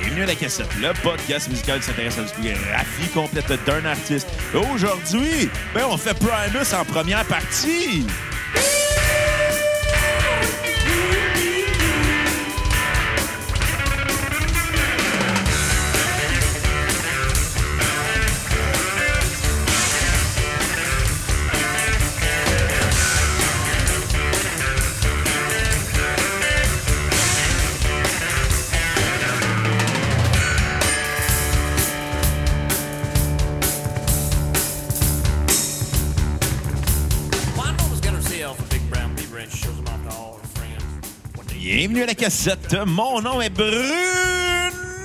bienvenue à la cassette, le podcast musical qui s'intéresse à la discographie complète d'un artiste. Et Aujourd'hui, ben, on fait Primus en première partie. Blind Roman's got herself a big brown beaver and she shows them off to all her friends. What they Bienvenue à la cassette. Mon nom est Bruno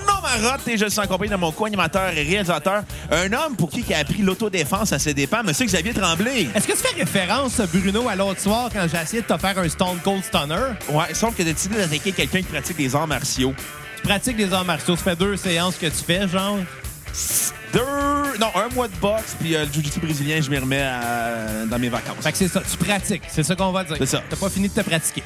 Marotte et je suis en compagnie de mon co-animateur et réalisateur, un homme pour qui qui a appris l'autodéfense à ses dépens, Monsieur Xavier Tremblay. Est-ce que tu fais référence, Bruno, à l'autre soir quand j'ai essayé de te faire un Stone Cold Stunner? Ouais, sauf que de décidé d'attaquer quelqu'un qui pratique des arts martiaux. Tu pratiques des arts martiaux, ça fait deux séances que tu fais, genre. Deux, non, un mois de boxe, puis euh, le jiu-jitsu brésilien, je m'y remets à- dans mes vacances. Fait que c'est ça, tu pratiques, c'est ça qu'on va dire. C'est ça. T'as pas fini de te pratiquer.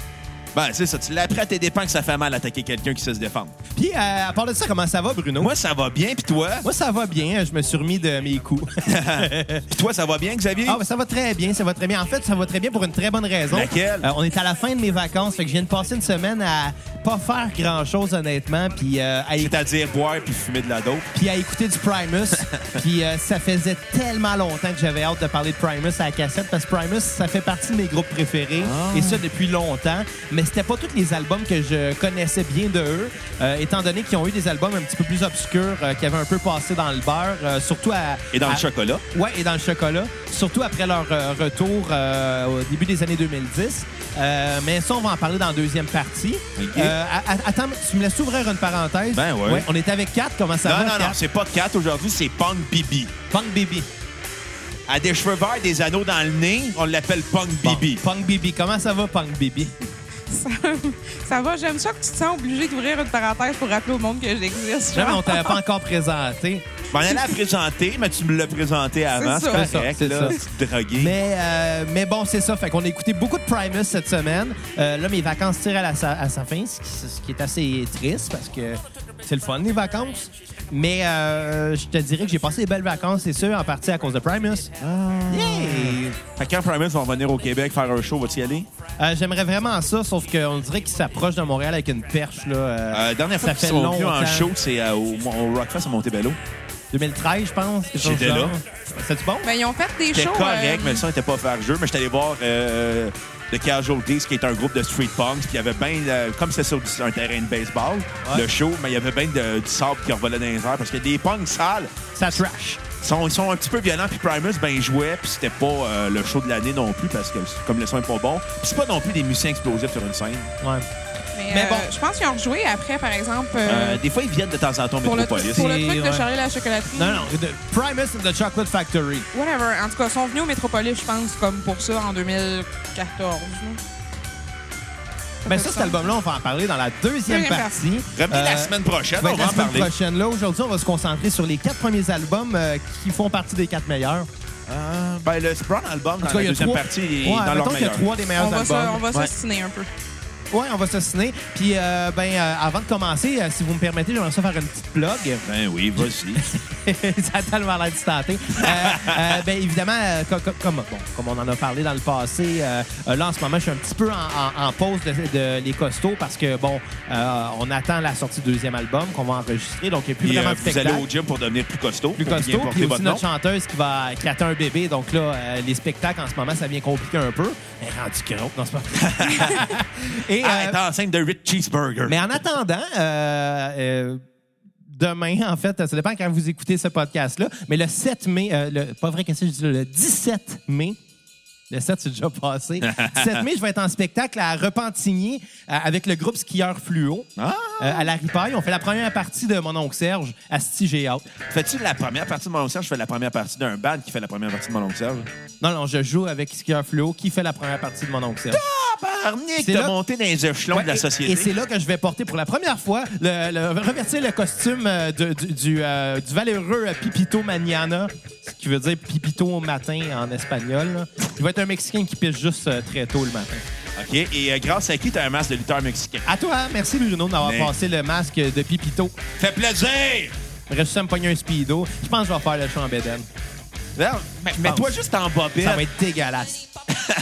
Ben, c'est ça, tu l'apprends à tes dépens que ça fait mal attaquer quelqu'un qui sait se défendre. Puis, euh, à part de ça, comment ça va, Bruno? Moi, ça va bien, puis toi? Moi, ça va bien, je me suis remis de mes coups. Puis toi, ça va bien, Xavier? ah, ben, ça va très bien, ça va très bien. En fait, ça va très bien pour une très bonne raison. Laquelle? Euh, on est à la fin de mes vacances, fait que je viens de passer une semaine à pas faire grand-chose, honnêtement, puis euh, à C'est-à-dire boire puis fumer de la dope. puis à écouter du Primus. puis euh, ça faisait tellement longtemps que j'avais hâte de parler de Primus à la cassette parce que Primus, ça fait partie de mes groupes préférés Ah. et ça depuis longtemps. Mais c'était pas tous les albums que je connaissais bien de eux, euh, étant donné qu'ils ont eu des albums un petit peu plus obscurs euh, qui avaient un peu passé dans le beurre, euh, surtout à Et dans à- le chocolat. Ouais, et dans le chocolat, surtout après leur euh, retour euh, au début des années 2010. Euh, mais ça, on va en parler dans la deuxième partie. OK. Euh, a- a- attends, tu me laisses ouvrir une parenthèse? Ben ouais. on est avec 4, comment ça va? non, non, Kat? non, c'est pas 4 aujourd'hui, c'est Punk Bibi. Punk Bibi. Elle a des cheveux verts, des anneaux dans le nez, on l'appelle Punk Bibi. Bon, Punk Bibi. Comment ça va, Punk Bibi? Ça, ça va, j'aime ça que tu te sens obligé d'ouvrir une parenthèse pour rappeler au monde que j'existe. Jamais genre. on t'avait pas encore présenté. Je m'en allais la présenter, mais tu me l'as présenté avant. C'est C'est ça. correct, C'est ça, là. c'est Tu te droguais. Mais, euh, mais bon, c'est ça. Fait qu'on a écouté beaucoup de Primus cette semaine. Euh, là, mes vacances tirent à, la sa- à sa fin, ce qui, ce qui est assez triste parce que c'est le fun, les vacances. Mais euh, je te dirais que j'ai passé des belles vacances, c'est sûr, en partie à cause de Primus. Ah. Yeah! Fait que quand Primus va revenir au Québec faire un show, vas-tu y aller? Euh, J'aimerais vraiment ça, sauf qu'on dirait qu'il s'approche de Montréal avec une perche. Là, euh, Euh, dernière fois ça qu'ils fait sont venus longtemps. en show, c'est euh, au, au Rockfest à Montebello. 2013, je pense. quelque chose J'étais du là. genre. C'est-tu bon? Ben, ils ont fait des C'était hein? shows. correct, euh, mais le son n'était pas faire jeu. Mais j'étais allé voir euh, The Casual Days, qui est un groupe de street punks. Puis il y avait bien, euh, comme c'est sur du- un terrain de baseball, Ouais. le show, mais il y avait bien de- du sable qui revolait dans les airs. Parce que des punks sales, Ça trash. ils sont, ils sont un petit peu violents. Puis Primus, ben, ils jouaient. Puis c'était pas euh, le show de l'année non plus, parce que comme le son est pas bon. Puis c'est pas non plus des musiciens explosifs sur une scène. Ouais. mais, mais euh, bon. Je pense qu'ils ont rejoué après, par exemple, euh, Euh, des fois, ils viennent de temps en temps au pour, le, Métropolis. pour le C'est- truc de ouais. Charlie la chocolaterie. Non, non. de- Primus and the Chocolate Factory. Whatever. En tout cas, ils sont venus au Métropolis, je pense, comme pour ça, en 2014. là. Mais fait ça, cet ça. album-là, on va en parler dans la deuxième Deuxième partie. Revenez la Euh, semaine prochaine, ça va on être la va en semaine parler. prochaine. Là, aujourd'hui, on va se concentrer sur les quatre premiers albums euh, qui font partie des quatre meilleurs. Ah, ben, le Sprawn album, dans il la y a deuxième trois... partie, il est ouais, dans leur mettons qu'il y a meilleur. trois des meilleurs On va, albums. se- on va ouais. s'ostiner un peu. Ouais, on va s'assiner. Puis, euh, ben, euh, avant de commencer, euh, si vous me permettez, j'aimerais ça faire une petite plug. Ben oui, vas-y. ça a tellement l'air distanté. Euh, euh, ben, évidemment, euh, co- co- comme, bon, comme on en a parlé dans le passé, euh, euh, là, en ce moment, je suis un petit peu en, en- en pause de, de Les Costauds parce que, bon, euh, on attend la sortie du deuxième album qu'on va enregistrer. Donc, il n'y a plus Puis, vraiment euh, de vous allez spectacle. au gym pour devenir plus costaud. Plus pour bien costaud, porter puis aussi votre notre nom. chanteuse qui va qui attend un bébé. Donc là, euh, les spectacles en ce moment, ça vient compliqué un peu. Mais rendu crotte, non, c'est pas... Et, Ah, euh, elle est enceinte de Rich Cheeseburger. mais en attendant, euh, euh, demain, en fait, ça dépend quand vous écoutez ce podcast-là, mais le 7 mai, euh, le- pas vrai, qu'est-ce que je dis là, le 17 mai, le 7, c'est déjà passé. 17 mai, je vais être en spectacle à Repentigny euh, avec le groupe Skieur Fluo Ah! euh, à la Ripaille. On fait la première partie de Mon oncle Serge à Stigé Out. Fais-tu la première partie de mon oncle Serge? Je fais la première partie d'un band qui fait la première partie de mon oncle Serge. Non, non, je joue avec Skieur Fluo qui fait la première partie de Mon oncle Serge. Arnick, C'est t'as là- monté dans les échelons Ouais, de la et- société. Et, c'est là que je vais porter pour la première fois, le, le- revêtir le costume euh, de- du, du, euh, du valeureux euh, Pipito Maniana, ce qui veut dire Pipito au matin en espagnol. là. Il va être un Mexicain qui pisse juste euh, très tôt le matin. OK? Et euh, grâce à qui t'as un masque de lutteur mexicain? À toi, merci Bruno d'avoir Mais- passé le masque de Pipito. Fait plaisir! Reste juste à me pogner un speedo. Je pense que je vais faire le show en bédaine. Mais Mets-toi juste en bobette. Ça va être dégueulasse.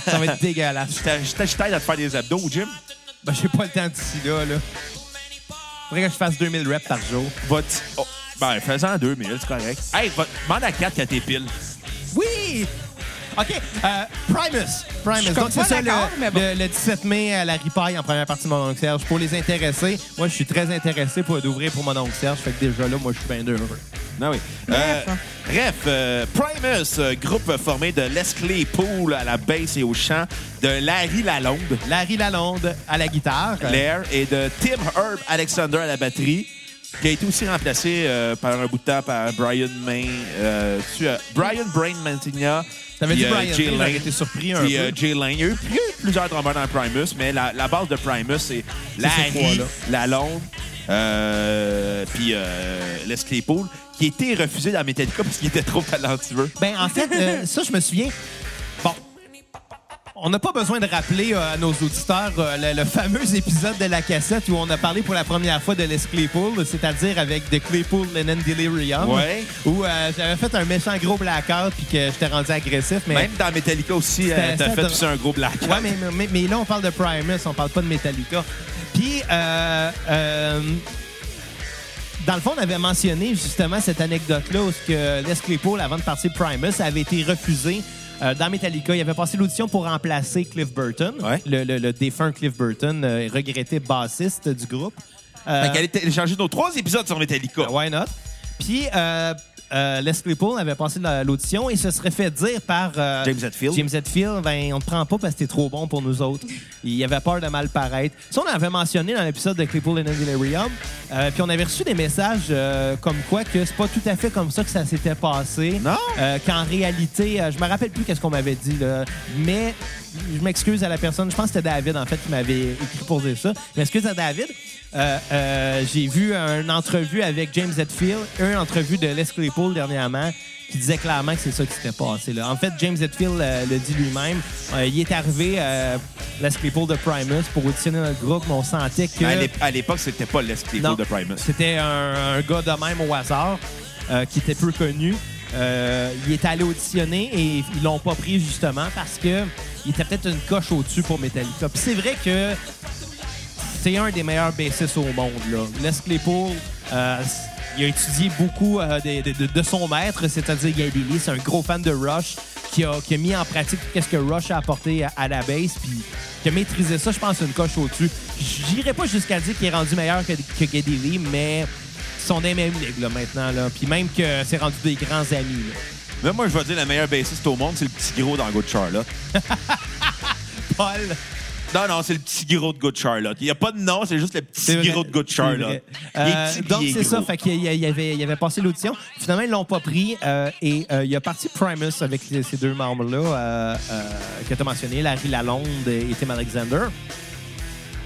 ça va être dégueulasse. Je t'a- je t'a- je t'aide à te faire des abdos au gym. Ben, j'ai pas le temps d'ici là, là. Faudrait que je fasse 2000 reps par jour. Va t- oh, Ben, fais-en deux minutes, c'est correct. Hey, va... demande à 4 qu'il y a tes piles. Oui! OK, euh, Primus. Je Primus. suis comme Donc, c'est pas ça le, d'accord, mais bon. le- le 17 mai à la Ripaille en première partie de mon oncle Serge. Pour les intéressés, moi, je suis très intéressé pour d'ouvrir pour mon oncle Serge. Fait que déjà là, moi, je suis bien heureux. Non, oui. Euh, Bref, euh, Primus, euh, groupe formé de Les Claypool à la basse et au chant, de Larry Lalonde, Larry Lalonde à la guitare. Lair, et de Tim Herb Alexander à la batterie, qui a été aussi remplacé euh, par un bout de temps par Brian May, euh, tu, as Brian Brain Mantigna. T'avais dit puis, euh, Brian Jay May, j'aurais Lane, été surpris un puis, peu. euh, Jay Lane. Il y a eu plus- il y a eu plusieurs drummers dans Primus, mais la, la base de Primus, c'est Larry, trois-là. Lalonde, euh, puis euh, Les Claypool, qui était refusé dans Metallica parce qu'il était trop talentueux. Ben, en fait, euh, ça, je me souviens. Bon. On n'a pas besoin de rappeler euh, à nos auditeurs euh, le, le fameux épisode de la cassette où on a parlé pour la première fois de Les Claypool, c'est-à-dire avec The Claypool Lennon Delirium. Ouais. Où euh, j'avais fait un méchant gros blackout puis que j'étais rendu agressif. Mais, Même dans Metallica aussi, euh, C'était t'as ça, fait t'as- aussi un gros black. Ouais, mais, mais, mais là, on parle de Primus, on parle pas de Metallica. Puis, euh, euh, dans le fond, on avait mentionné justement cette anecdote-là où ce que Les Claypool, avant de partir Primus, avait été refusé euh, dans Metallica. Il avait passé l'audition pour remplacer Cliff Burton, Ouais. le, le- le défunt Cliff Burton, euh, regretté bassiste du groupe. Euh, Fait qu'elle a téléchargé nos trois épisodes sur Metallica. euh, Why not? Puis, euh, euh, Les Claypool avait passé la- l'audition et se serait fait dire par euh, James Hetfield. James Hetfield, ben, on te prend pas parce que t'es trop bon pour nous autres. Il avait peur de mal paraître. Ça, on avait mentionné dans l'épisode de Claypool and Delirium. Euh, puis, on avait reçu des messages euh, comme quoi que c'est pas tout à fait comme ça que ça s'était passé. Non? Euh, Qu'en réalité, euh, je me rappelle plus qu'est-ce qu'on m'avait dit, là, mais je m'excuse à la personne. Je pense que c'était David, en fait, qui m'avait écrit pour dire ça. Je m'excuse à David. Euh, euh, J'ai vu une entrevue avec James Hetfield, une entrevue de Les Claypool dernièrement, qui disait clairement que c'est ça qui s'était passé. Là. En fait, James Hetfield euh, le dit lui-même. Euh, il est arrivé, euh, Les Claypool de Primus, pour auditionner notre groupe, mais on sentait que... Mais à l'ép- À l'époque, c'était pas Les Claypool Non. de Primus. C'était un, un gars de même au hasard euh, qui était peu connu. Euh, il est allé auditionner et ils l'ont pas pris justement parce que il était peut-être une coche au-dessus pour Metallica. Puis c'est vrai que c'est un des meilleurs bassistes au monde. Là. Les Claypool, euh, s- il a étudié beaucoup euh, de, de- de- de son maître, c'est-à-dire Guy Daly. C'est un gros fan de Rush qui a, qui a mis en pratique tout ce que Rush a apporté à, à la base, puis qui a maîtrisé ça, je pense, une coche au-dessus. J'irai pas jusqu'à dire qu'il est rendu meilleur que, que Guy Daly, mais ils sont des mêmes ligues là, maintenant. Là. Puis même que c'est rendu des grands amis. là. Mais moi, je vais dire le meilleur bassiste au monde, c'est le petit gros dans Good Charlotte. Paul. Non, non, c'est le petit gros de Good Charlotte. Il n'y a pas de nom, c'est juste le petit C'est vrai, gros de Good c'est Charlotte. vrai. Il est Euh, petit, donc, il est c'est ça. gros. Fait qu'il y a- il y avait, il y avait passé l'audition. Finalement, ils l'ont pas pris. euh, et euh, il a parti Primus avec les- ces deux membres-là euh, euh, que tu as mentionné, Larry Lalonde et Tim Alexander.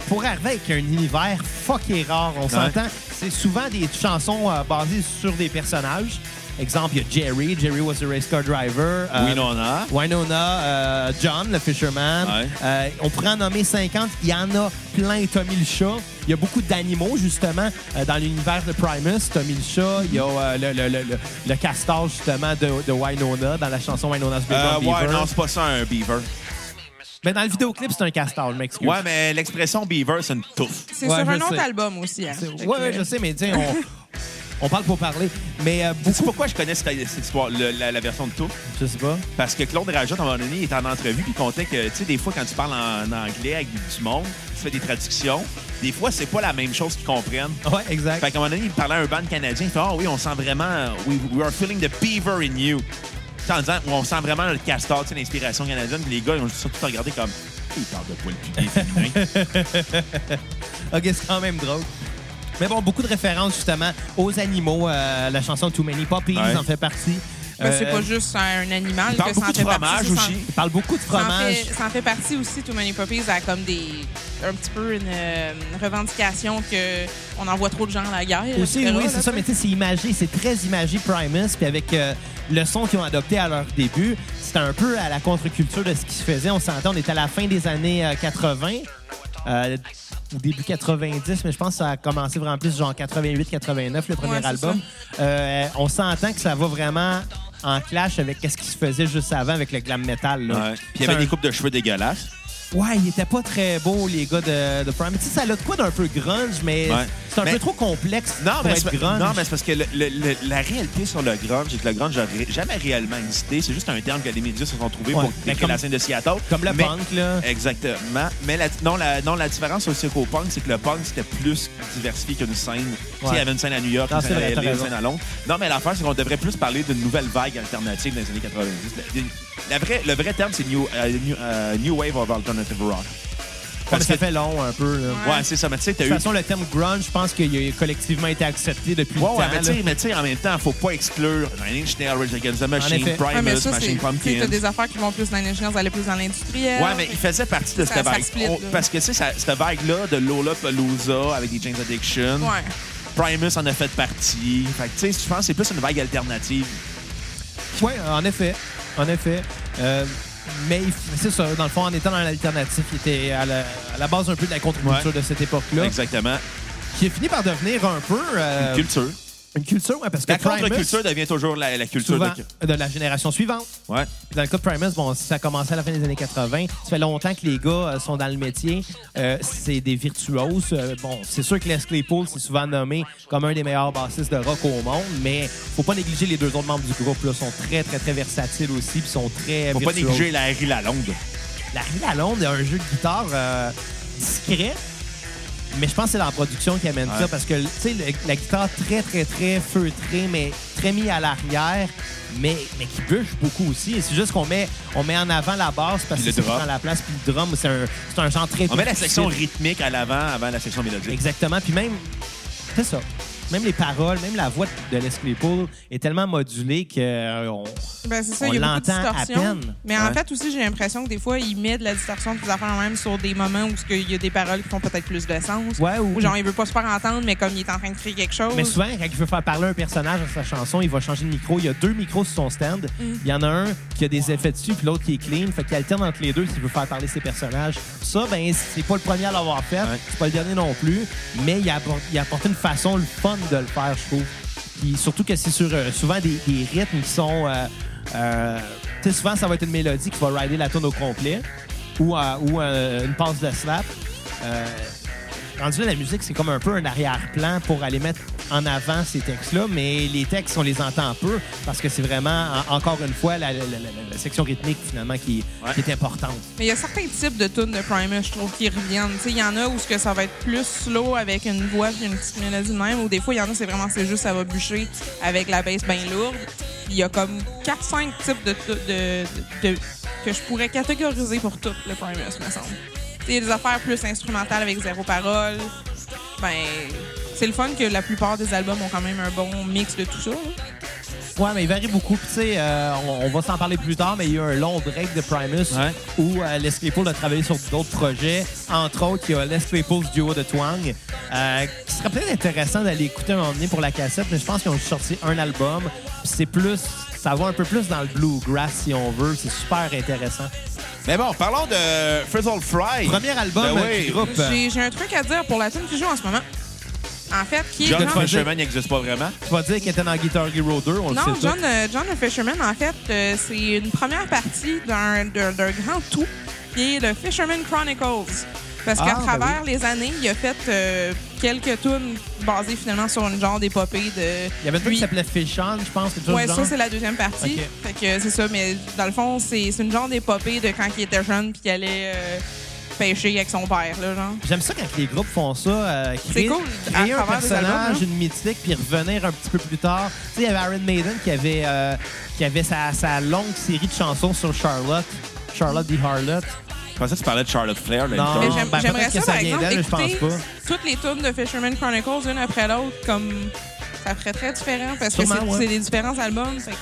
Pour arriver avec un univers fucking rare, on s'entend. C'est souvent des chansons euh, basées sur des personnages. Exemple, il y a Jerry. Jerry was a race car driver. Euh, Winona. Winona, euh, John, le fisherman. Ouais. Euh, on pourrait en nommer 50. Il y en a plein. Tommy le chat. Il y a beaucoup d'animaux, justement, euh, dans l'univers de Primus. Tommy le chat. Il y a euh, le, le- le- le- le castor, justement, de, de Winona dans la chanson Winona's Big Euh, Brown ouais, Beaver. non, c'est pas ça, un beaver. Mais dans le vidéoclip, c'est un castor, je m'excuse. Ouais, mais l'expression beaver, c'est une touffe. C'est Ouais, sur je un autre sais. album aussi. Hein. C'est- Fait que, ouais, ouais, je sais, mais tiens, on, on parle pour parler. Mais euh, C'est beaucoup. pourquoi je connais cette, cette histoire, le- la, la version de touffe. Je sais pas. Parce que Claude Rajotte, à un moment donné, il était en entrevue, puis il comptait que, tu sais, des fois, quand tu parles en, en anglais avec du monde, tu fais des traductions, des fois, c'est pas la même chose qu'ils comprennent. Ouais, exact. Fait qu'à un moment donné, il parlait à un band canadien, il fait Ah oui, on sent vraiment, euh, we, we are feeling the beaver in you. Tu sais, En disant, on sent vraiment le castor, tu sais, l'inspiration canadienne, puis les gars, ils ont juste tout regardé comme, il parle de poil plus féminin. OK, c'est quand même drôle. Mais bon, beaucoup de références justement aux animaux. Euh, la chanson Too Many Puppies Ouais. en fait partie. Ben, c'est Euh, pas juste un animal Il parle que ça en beaucoup de fait fromage partie. ça en- aussi. Il parle beaucoup de Ça en, fromage. fait, ça en fait partie aussi, Too Many Puppies, à comme des, un petit peu une, euh, une revendication que on envoie trop de gens à la guerre. Aussi, etc., oui, là, c'est ça, mais tu sais, c'est imagé, c'est très imagé Primus, puis avec euh, le son qu'ils ont adopté à leur début, c'était un peu à la contre-culture de ce qui se faisait. On s'entend, on était à la fin des années euh, 80, euh, ou début 90, mais je pense que ça a commencé vraiment plus genre 88-89, le premier Ouais, c'est album. Euh, on s'entend que ça va vraiment en clash avec ce qui se faisait juste avant avec le glam metal. là. Ouais. Puis il y C'est avait un- des coupes de cheveux dégueulasses. Ouais, ils étaient pas très beaux, les gars de, de Primus. Tu sais, ça a le quoi d'un peu grunge, mais Ouais. c'est un Mais- peu trop complexe Non, pour mais, être c'est- grunge. non, mais c'est parce que le- le- le- la réalité sur le grunge, c'est que le grunge n'a ré- jamais réellement existé. C'est juste un terme que les médias se sont trouvés Ouais. pour Mais décrire comme- la scène de Seattle. Comme le Mais- punk, là. Exactement. Mais la, non, la, non, la différence aussi au punk, c'est que le punk, c'était plus diversifié qu'une scène. Tu sais, il y avait une scène à New York, Non, une scène c'est à vrai, t'as LA, une raison. scène à Londres. Non, mais l'affaire, c'est qu'on devrait plus parler d'une nouvelle vague alternative dans les années 90. La- la vraie- le vrai terme, c'est new, euh, new, euh, new Wave of Alternative Rock. Ouais, mais Parce ça que- fait long un peu. là. Ouais, c'est ça. Mais tu sais, t'as De eu toute façon, le terme grunge, je pense qu'il a collectivement été accepté depuis Ouais, le temps. ouais, mais tu là. sais, mais tu sais, en même temps, faut pas exclure Nine Inch Nails, Rage Against the Machine, effet. Primus, Ouais, Ah, mais ça, c'est. Machine tu sais, Pumpkin. T'as des affaires qui vont plus dans l'ingénieur, aller plus dans l'industriel. Ouais, mais il faisait partie de Ça- cette ça vague. split, On- là. parce que, tu sais, ça- cette vague-là de Lola Palooza avec des James Addiction, Ouais. Primus en a fait partie. Fait que, tu sais, je pense que c'est plus une vague alternative. Ouais, en effet. En effet. Euh, mais il- c'est ça, dans le fond, en étant dans l'alternative, il était à la, à la base un peu de la contre-culture Ouais. de cette époque-là, Exactement. qui a fini par devenir un peu euh, culture. une culture, ouais, parce que La Primus, contre-culture devient toujours la, la culture. souvent, de- de la génération suivante. Ouais. Puis dans le cas de Primus, bon, ça a commencé à la fin des années 80. Ça fait longtemps que les gars euh, sont dans le métier. Euh, c'est des virtuoses. Euh, bon, c'est sûr que Les Claypool, c'est souvent nommé comme un des meilleurs bassistes de rock au monde, mais faut pas négliger les deux autres membres du groupe. Là, sont très, très, très versatiles aussi, puis sont très Faut pas virtuoses. négliger la Harry Lalonde. Larry Lalonde a un jeu de guitare euh, discret, mais je pense que c'est la production qui amène Ouais. ça parce que tu sais, le- la guitare très, très, très feutrée, mais très mise à l'arrière, mais, mais qui bûche beaucoup aussi. Et C'est juste qu'on met, on met en avant la basse parce Puis que le ça drum. prend la place, puis le drum, c'est un, c'est un genre très. On met la section difficile. rythmique à l'avant avant la section mélodique. Exactement. Puis même, c'est ça. Même les paroles, même la voix de Les Claypool est tellement modulée que euh, on- Ben, c'est ça, On il y a beaucoup de l'entend à distorsion. peine. Mais Ouais. en fait, aussi, j'ai l'impression que des fois, il met de la distorsion des affaires même sur des moments où il y a des paroles qui font peut-être plus de sens. Ouais, ou- ou... genre, il veut pas se faire entendre, mais comme il est en train de crier quelque chose. Mais souvent, quand il veut faire parler un personnage dans sa chanson, il va changer de micro. Il y a deux micros sur son stand. Il y en a un qui a des effets dessus, puis l'autre qui est clean. Fait qu'il alterne entre les deux s'il veut faire parler ses personnages. Ça, ben, c'est pas le premier à l'avoir fait. Ouais. C'est pas le dernier non plus. Mais il a, apport- il a apporté une façon le fun de le faire, je trouve. Puis surtout que c'est sur euh, souvent des, des rythmes qui sont. euh, euh, tu sais, souvent, ça va être une mélodie qui va rider la tune au complet ou, euh, ou euh, une passe de slap. Euh, Rendu là, la musique, c'est comme un peu un arrière-plan pour aller mettre en avant ces textes-là, mais les textes, on les entend peu parce que c'est vraiment, en- encore une fois, la, la- la- la- la section rythmique, finalement, qui, Ouais. qui est importante. Mais il y a certains types de tunes de Primus, je trouve, qui reviennent. Tu sais, il y en a où ce que ça va être plus slow avec une voix puis une petite mélodie de même, ou des fois, il y en a, c'est vraiment, c'est juste, ça va bûcher avec la basse bien lourde. Il y a comme 4-5 types de, tu- de, de- de- que je pourrais catégoriser pour tout le Primus, me semble. Tu sais, Il y a des affaires plus instrumentales avec zéro parole. Ben, c'est le fun que la plupart des albums ont quand même un bon mix de tout ça. là. Ouais, mais il varie beaucoup. Puis, tu sais, euh, on, on va s'en parler plus tard, mais il y a eu un long break de Primus Ouais. où euh, Les Claypool a travaillé sur d'autres projets. Entre autres, il y a Les Claypool's duo de Twang, euh, qui serait peut-être intéressant d'aller écouter un moment donné pour la cassette, mais je pense qu'ils ont sorti un album. Puis c'est plus, ça va un peu plus dans le bluegrass, si on veut. C'est super intéressant. Mais bon, parlons de Frizzle Fry. Premier album Ben euh, oui. du groupe. J'ai j'ai un truc à dire pour la tune qui joue en ce moment. En fait, qui est John dans- Fisherman n'existe pas vraiment. Tu vas dire qu'il était dans Guitar Hero 2, on Non, le sait John, tous. euh, John the Fisherman, en fait, euh, c'est une première partie d'un d'un- d'un grand tout qui est le Fisherman Chronicles. Parce Ah, qu'à ben travers les années, il a fait euh, quelques tunes basées finalement sur une genre d'épopée de. Il y avait un truc Lui- qui s'appelait Fish On, je pense, quelque chose Ouais, du genre. ça, c'est la deuxième partie. Ok. Fait que euh, c'est ça, mais dans le fond, c'est c'est une genre d'épopée de quand il était jeune puis qu'il allait euh, pêcher avec son père, là, genre. J'aime ça quand les groupes font ça. euh, créer, C'est cool, à Créer un travers des personnage, albums, hein. une mythique, puis revenir un petit peu plus tard. Tu sais, il y avait Iron Maiden qui avait, euh, qui avait sa, sa longue série de chansons sur Charlotte. Charlotte the Harlot. Je pensais que tu parlais de Charlotte Flair, la Non. Mais lutteuse. j'aime- ben, j'aimerais peut-être que ça, ça par vient exemple, d'elle, je pense écouter pas. toutes les tunes de Fisherman Chronicles, une après l'autre, comme ça ferait très différent parce Sûrement, que c'est ouais. c'est des différents albums. fait que-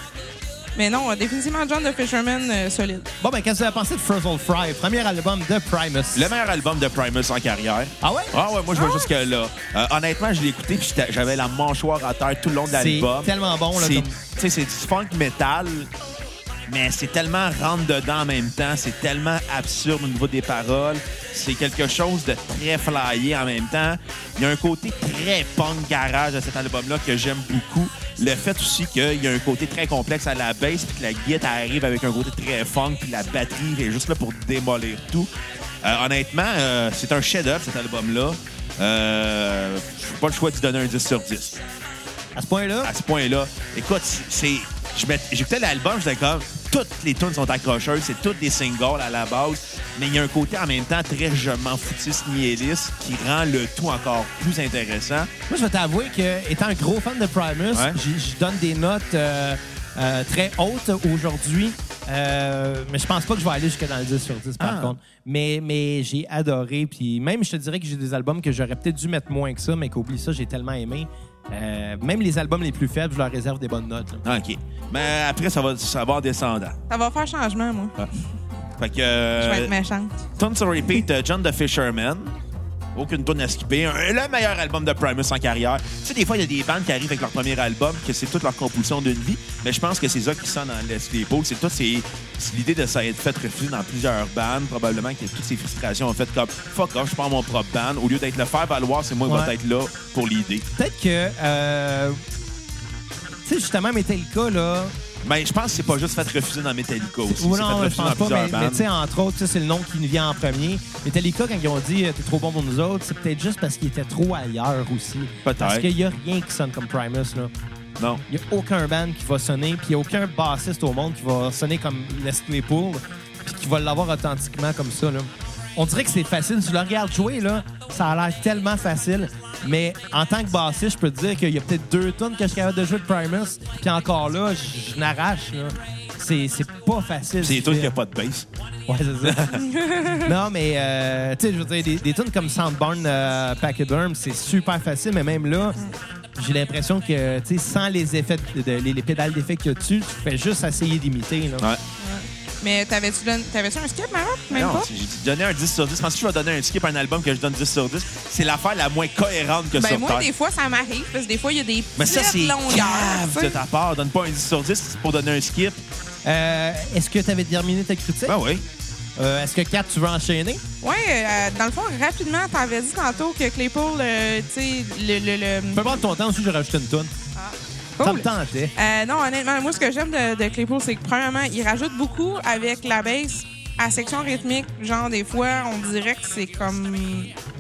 Mais non, euh, définitivement, John the Fisherman, euh, solide. Bon, ben, qu'est-ce que vous avez pensé de Frizzle Fry, premier album de Primus? Le meilleur album de Primus en carrière. Ah ouais? Ah ouais, moi je vois jusque là. Euh, honnêtement, je l'ai écouté puis j'étais- j'avais la mâchoire à terre tout le long de C'est l'album. tellement bon, là, C'est- comme- Tu sais, c'est du funk metal, mais c'est tellement rentre dedans en même temps. C'est tellement absurde au niveau des paroles. C'est quelque chose de très flyé en même temps. Il y a un côté très punk garage à cet album-là que j'aime beaucoup. Le fait aussi qu'il y a un côté très complexe à la bass puis que la guitare arrive avec un côté très funk puis la batterie est juste là pour démolir tout. Euh, honnêtement, euh, c'est un chef-d'œuvre cet album-là. Euh, j'ai pas le choix d'y donner un 10 sur 10 À ce point-là? à ce point-là. Écoute, c'est. je met- J'écoutais l'album, j'étais comme. Toutes les tunes sont accrocheuses, c'est toutes des singles à la base, mais il y a un côté en même temps très je m'en foutiste nihiliste qui rend le tout encore plus intéressant. Moi, je vais t'avouer que, étant un gros fan de Primus, Ouais. j- je donne des notes euh, euh, très hautes aujourd'hui. Euh, mais je pense pas que je vais aller jusque dans le 10 sur 10, par Ah. contre. Mais, mais j'ai adoré. Puis même, je te dirais que j'ai des albums que j'aurais peut-être dû mettre moins que ça, mais qu'oublie ça, j'ai tellement aimé. Euh, même les albums les plus faibles, je leur réserve des bonnes notes. là. OK. Mais après, ça va, ça va en descendant. Ça va faire changement, moi. Fait que. Je vais euh, être méchante. Tune sur repeat, euh, John the Fisherman. Aucune tune à skipper. Un- Le meilleur album de Primus en carrière. Tu sais, des fois, il y a des bandes qui arrivent avec leur premier album, que c'est toute leur compulsion d'une vie, mais je pense que c'est ça qui sonne dans l'est des pôles. C'est tout, c'est c'est l'idée de ça être fait refuser dans plusieurs bandes. Probablement que toutes ces frustrations ont fait comme fuck off, je prends mon propre band. Au lieu d'être le faire valoir, c'est moi qui Ouais. vais être là pour l'idée. Peut-être que, euh, tu sais, justement, mais le cas, là, Mais je pense que c'est pas juste fait refuser dans Metallica aussi. Ou c'est non, fait je refuser dans pense pas, mais, plusieurs mais bandes. tu sais, entre autres, ça, c'est le nom qui nous vient en premier. Metallica, quand ils ont dit euh, « t'es trop bon pour nous autres », c'est peut-être juste parce qu'ils étaient trop ailleurs aussi. Peut-être. Parce qu'il y a rien qui sonne comme Primus, là. Non. Il y a aucun band qui va sonner, puis il y a aucun bassiste au monde qui va sonner comme Les Claypool, puis qui va l'avoir authentiquement comme ça, là. On dirait que c'est facile. Tu le regardes jouer, là, ça a l'air tellement facile. Mais en tant que bassiste, je peux te dire qu'il y a peut-être deux tonnes que je suis capable de jouer de Primus, puis encore là, je je n'arrache, là. C'est c'est pas C'est facile. ce des qu'il tunes qui fait. a pas de bass. Ouais, c'est ça. non, mais euh, tu sais, je veux dire, des, des tunes comme Soundburn, euh, Pachyderm, c'est super facile, mais même là, j'ai l'impression que, tu sais, sans les effets, de- de- les, les pédales d'effet qu'il y a dessus, tu fais juste essayer d'imiter, là. Ouais. Mais t'avais-tu don- t'avais-tu un skip, Maroc? Même Non, pas? j'ai donné un 10 sur 10. Je pense que je vais donner un skip à un album que je donne 10 sur 10. C'est l'affaire la moins cohérente que Ben sur moi, Terre. des fois, ça m'arrive, parce que des fois, il y a des petites Mais ça, c'est longueurs. tu cave sais. de ta part. Donne pas un 10 sur 10 pour donner un skip. Euh, Est-ce que tu avais terminé ta critique? Ben oui. Euh, Est-ce que 4, tu veux enchaîner? Ouais, euh, dans le fond, rapidement, t'avais dit tantôt que Claypool, euh, tu sais, le... le, le... Tu peux prendre ton temps aussi, j'ai rajouté une toune. Ça me Cool. tentait. Euh, non, honnêtement, moi, ce que j'aime de, de Claypool, c'est que, premièrement, il rajoute beaucoup avec la baisse à section rythmique. Genre, des fois, on dirait que c'est comme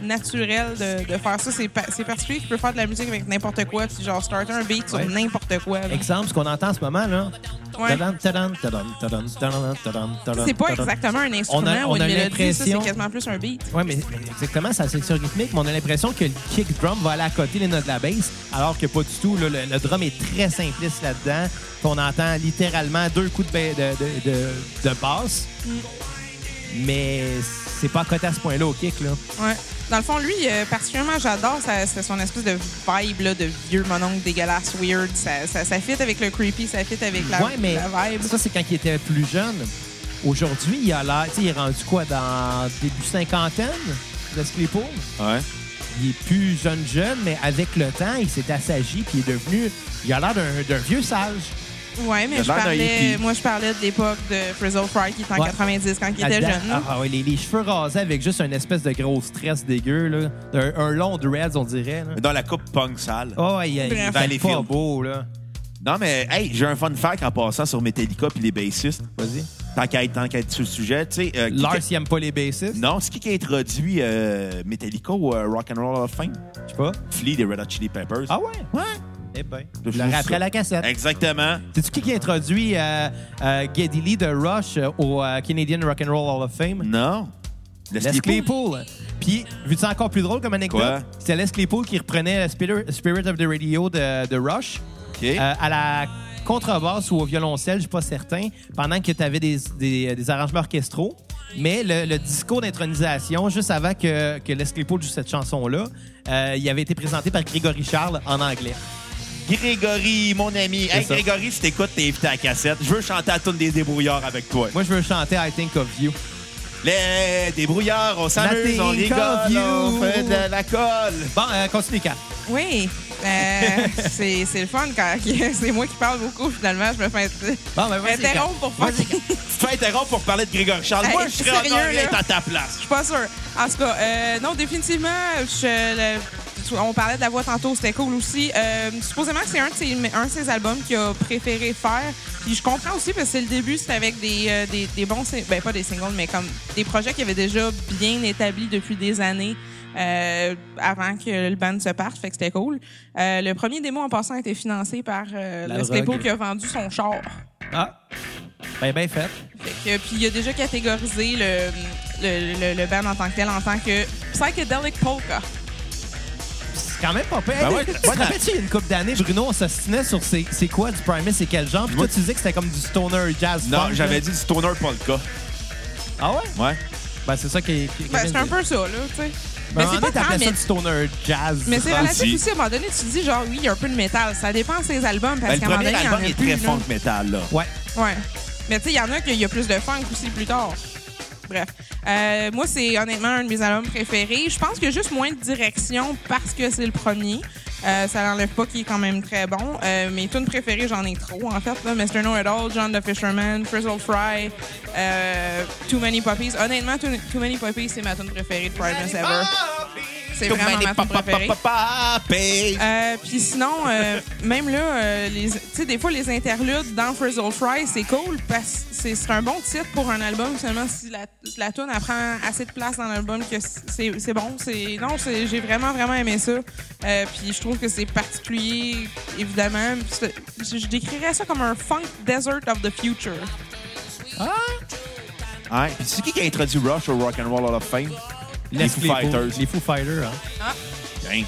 naturel de, de faire ça. C'est pa- c'est particulier qu'il peut faire de la musique avec n'importe quoi, puis genre starter un beat Ouais. sur n'importe quoi. là. Exemple, ce qu'on entend en ce moment, là. Ouais. Tadam, tadam, tadam, tadam, tadam, tadam, tadam, C'est pas tadam. exactement un instrument On a- ou on une a mélodie, ça, c'est l'impression- quasiment plus un beat. Oui, mais, mais exactement, c'est la section rythmique, mais on a l'impression que le kick drum va aller à côté les notes de la bass, alors que pas du tout. là, le, le drum est très simpliste là-dedans. puis On entend littéralement deux coups de, ba- de, de, de- de basse, mais c'est pas à côté à ce point-là au kick. Là. Ouais. Dans le fond, lui, euh, particulièrement, j'adore sa- sa- son espèce de vibe là, de vieux mononcle dégueulasse, weird. Ça, ça, ça fit avec le creepy, ça fit avec la, ouais, mais la vibe. ça, c'est quand il était plus jeune. Aujourd'hui, il a l'air, tu sais, il est rendu quoi, dans début cinquantaine de Claypool? Ouais. il est plus jeune jeune, mais avec le temps, il s'est assagi puis il est devenu. Il a l'air d'un- d'un vieux sage. Ouais, Il a mais l'air je d'un parlais, hippie. moi, je parlais de l'époque de Frizzle Fry qui était en Ouais. 90 quand il était Là-dedans. jeune. là. Ah, ah ouais, les, les cheveux rasés avec juste une espèce de gros stress dégueu, là. Un, un long dreads, on dirait. Là. Mais Dans la coupe punk sale. Oh, ouais, il, il Bref. était Dans les pas films. beau, là. Non, mais hey, j'ai un fun fact en passant sur Metallica puis les bassistes. Vas-y. Tant qu'à être, tant qu'à être sur le sujet, tu sais. euh, qui- Lars, il aime pas les bassistes. Non, c'est qui qui a introduit euh, Metallica au euh, Rock'n'Roll Hall of Fame? Je sais pas. Flea des Red Hot Chili Peppers. Ah ouais? ouais? Eh ben. Je Je trouve l'aurais appris ça. à la cassette. Exactement. C'est-tu qui qui a introduit euh, euh, Geddy Lee de Rush euh, au euh, Canadian Rock'n'Roll Hall of Fame? Non. Le Les Claypool. Claypool. Puis, vu que c'est encore plus drôle comme Quoi? anecdote, c'était Les Claypool qui reprenait Spirit, Spirit of the Radio de, de Rush OK. euh, à la contrebasse ou au violoncelle, je suis pas certain, pendant que tu avais des, des- des arrangements orchestraux. Mais le, le discours d'intronisation, juste avant que, que Les Claypool joue cette chanson-là, euh, il avait été présenté par Grégory Charles en anglais. Grégory, mon ami. Hey, ça. Grégory, si t'écoutes, t'es invité à la cassette. Je veux chanter à tune des débrouillards avec toi. Moi, je veux chanter I Think of You. Les débrouillards, on s'amuse, Nothing on rigole, of you. on fait de la colle. Bon, euh, continue, Kat. Oui. Euh, c'est c'est le fun quand c'est moi qui parle beaucoup, finalement. Je me fais Bon, ben, vas-y, Kat. interrompre pour faire. Vas-y, Kat. Tu te fais interrompre pour parler de Grégory Charles. Hey, Moi, je serais sérieux, encore être là? à ta place. Je suis pas sûre. En tout cas, euh, non, définitivement, je- le- on parlait de la voix tantôt, c'était cool aussi. Euh, supposément que c'est un, de ses- un de ses albums qu'il a préféré faire. Puis je comprends aussi parce que c'est le début, c'était avec des, euh, des, des bons... sing- Ben, pas des singles, mais comme des projets qui avaient déjà bien établis depuis des années. euh, avant que le band se parte, fait que c'était cool. Euh, le premier démo en passant a été financé par euh, La le drogue. Stepo qui a vendu son char. Ah. Ben, ben fait. Fait que- Euh, Puis il a déjà catégorisé le, le, le- le band en tant que tel, en tant que psychedelic polka. C'est quand même pas pire. Ben Hey, ouais, tu te ouais, rappelles-tu, il y a une couple d'années, Bruno, on s'ostinait sur c'est c'est quoi du Primus et quel genre? Puis Moi- toi, tu disais que c'était comme du stoner jazz. Non, funk, j'avais là. dit du stoner polka. Ah ouais? Ouais. Ben, c'est ça qui. qui- Ben, qui- c'est un peu ça, là, tu sais. Ben, Mais à un c'est moment pas donné, tant, t'appelais ça mais, du stoner jazz. mais c'est Ah, si. relatif aussi. À un moment donné, tu te dis, genre, oui, il y a un peu de métal. Ça dépend de ses albums, parce Ben, le qu'à un moment premier donné, il y en album a est plus, très là. funk metal, là. Ouais. Ouais. Mais tu sais, il y en a qu'il y a plus de funk aussi plus tard. Bref. Euh, moi, c'est honnêtement un de mes albums préférés. Je pense qu'il y a juste moins de direction parce que c'est le premier. Euh, ça n'enlève pas qu'il est quand même très bon. Euh, mes tunes préférées, j'en ai trop, en fait. Là. Mr. Know It All, John the Fisherman, Frizzle Fry, euh, Too Many Puppies. Honnêtement, Too, Too Many Puppies, c'est ma tune préférée de Primus Ever. C'est vraiment ma tune préférée. Euh, Puis sinon, euh, même là, euh, les- tu sais, des fois, les interludes dans Frizzle Fry, c'est cool parce que c'est c'est un bon titre pour un album. Seulement, si la, la tune prend assez de place dans l'album, que c'est c'est bon. C'est- Non, c'est- j'ai vraiment, vraiment aimé ça. Euh, Puis je trouve que c'est particulier, évidemment. Puis c'est- Je, je décrirais ça comme un funk desert of the future. Ouais. Puis c'est qui qui a introduit Rush au Rock and Roll Hall of Fame? Les Foo Fighters. Les Foo Fighters, hein. Hein.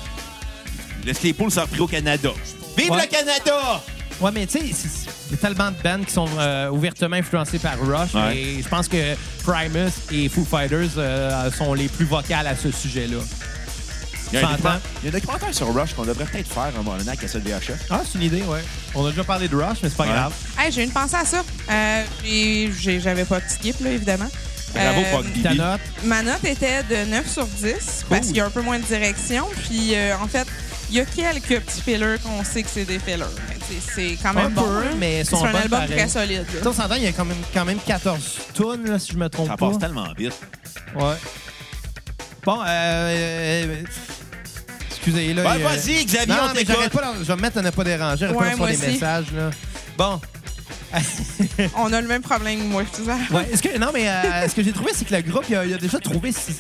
Leslie Pool s'est repris au Canada. Vive Ouais. le Canada! Ouais, mais tu sais, c'est- c'est- il y a tellement de bands qui sont euh, ouvertement influencés par Rush. Ouais. Et je pense que Primus et Foo Fighters euh, sont les plus vocales à ce sujet-là. Il y, a un J'entends. document- il y a un documentaire sur Rush qu'on devrait peut-être faire un moment donné à Cassette VHS. Ah, c'est une idée, ouais. On a déjà parlé de Rush, mais c'est pas Ouais. grave. Hey, j'ai une pensée à ça. Euh, j'ai- j'ai- J'avais pas de skip, là, évidemment. Bravo, Euh, Pog Bibi. Ta note? Ma note était de 9 sur 10 parce qu'il y a un peu moins de direction. Puis, euh, en fait, il y a quelques petits fillers qu'on sait que c'est des fillers. Mais tu sais, C'est quand même Un bon. peu, là. mais c'est sont un bonnes album pareil. très solide. Tu sais, là. on s'entend, il y a quand même, quand même 14 tonnes, là, si je me trompe Ça pas. passe tellement vite. Ouais. Bon, euh, euh, excusez, là. Ben, il y a- vas-y, Xavier, Non, on non, mais j'arrête t'écoute. pas. d'en- Je vais me mettre à ne pas déranger. J'arrête Ouais, pas de moi recevoir des aussi. messages, là. Bon. On a le même problème, moi, je te dis. Ouais, est-ce que, non, mais euh, ce que j'ai trouvé, c'est que le groupe, il a, il a déjà trouvé. si-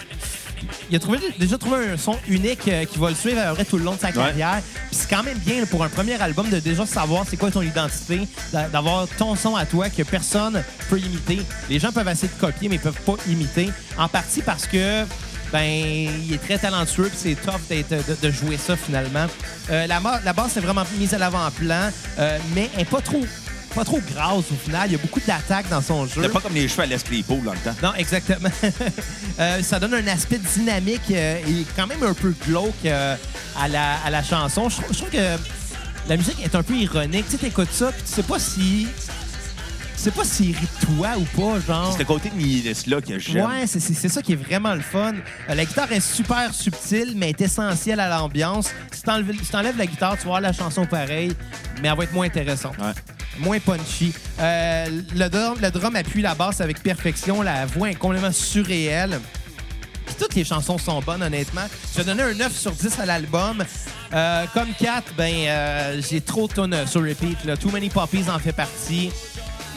Il a trouvé, déjà trouvé un son unique euh, qui va le suivre à peu près tout le long de sa carrière. Puis c'est quand même bien là, pour un premier album de déjà savoir c'est quoi ton identité, d'a- d'avoir ton son à toi que personne peut imiter. Les gens peuvent essayer de copier, mais ils peuvent pas imiter. En partie parce que ben il est très talentueux puis c'est tough d'être- de, de jouer ça finalement. Euh, la, ma- la basse est vraiment mise à l'avant-plan, euh, mais elle est pas trop pas trop grasse au final. Il y a beaucoup d'attaques dans son jeu. C'était pas comme les cheveux à Leslie Pool dans le temps. Non, exactement. Euh, ça donne un aspect dynamique euh, et quand même un peu glauque euh, à, la, à la chanson. Je, trouve- je trouve que la musique est un peu ironique. Tu sais, t'écoutes ça, puis tu sais pas si... Tu sais pas s'il rit de toi ou pas, genre. C'est le côté nihiliste-là que j'aime. Ouais, c'est- c'est c'est ça qui est vraiment le fun. Euh, la guitare est super subtile, mais est essentielle à l'ambiance. Si t'enlèves si t'enlèves la guitare, tu vas avoir la chanson pareille, mais elle va être moins intéressante Ouais. moins punchy. Euh, le, drum, le drum appuie la basse avec perfection. La voix est complètement surréelle. Puis toutes les chansons sont bonnes, honnêtement. Je donnais un 9 sur 10 à l'album. Euh, comme 4, ben, euh, j'ai trop de tonnes sur repeat. là. Too Many Puppies en fait partie.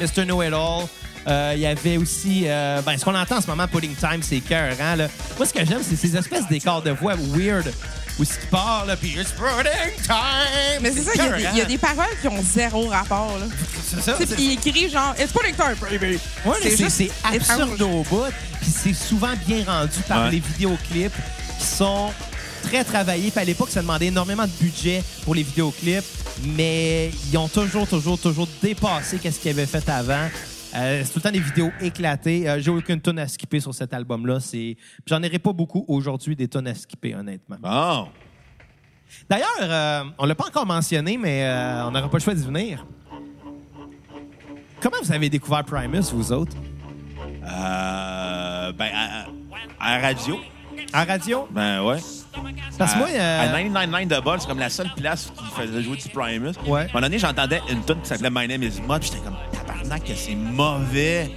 Mr. Know-It-All. Euh, Il y avait aussi... euh, ben, ce qu'on entend en ce moment, Pudding Time, c'est cœur. Hein, là. Moi, ce que j'aime, c'est ces espèces d'écarts de voix weird où si tu pars, là, puis It's Pudding Time! Mais c'est ça, il y a des- il y, a écœurant. des paroles qui ont zéro rapport. Là. C'est ça, Tu sais, c'est- Puis il écrit genre, It's pas nectar, baby. Ouais, mais c'est juste c'est absurde étrange. au bout. Puis c'est souvent bien rendu par Ouais. les vidéoclips qui sont très travaillés. Puis à l'époque, ça demandait énormément de budget pour les vidéoclips, mais ils ont toujours, toujours, toujours dépassé qu'est-ce qu'ils avaient fait avant. Euh, c'est tout le temps des vidéos éclatées. Euh, J'ai aucune tonne à skipper sur cet album-là. C'est, j'en aurai pas beaucoup aujourd'hui des tonnes à skipper, honnêtement. Bon. D'ailleurs, euh, on l'a pas encore mentionné, mais euh, on n'aura pas le choix d'y venir. Comment vous avez découvert Primus, vous autres? Euh, ben, à, à- à radio. En radio? Ben, ouais. Parce que À- moi, euh, À 999 de Ball, c'est comme la seule place qui faisait jouer du Primus. Ouais. À un moment donné, j'entendais une tune qui s'appelait My Name is Mud, puis j'étais comme, tabarnak, que c'est mauvais.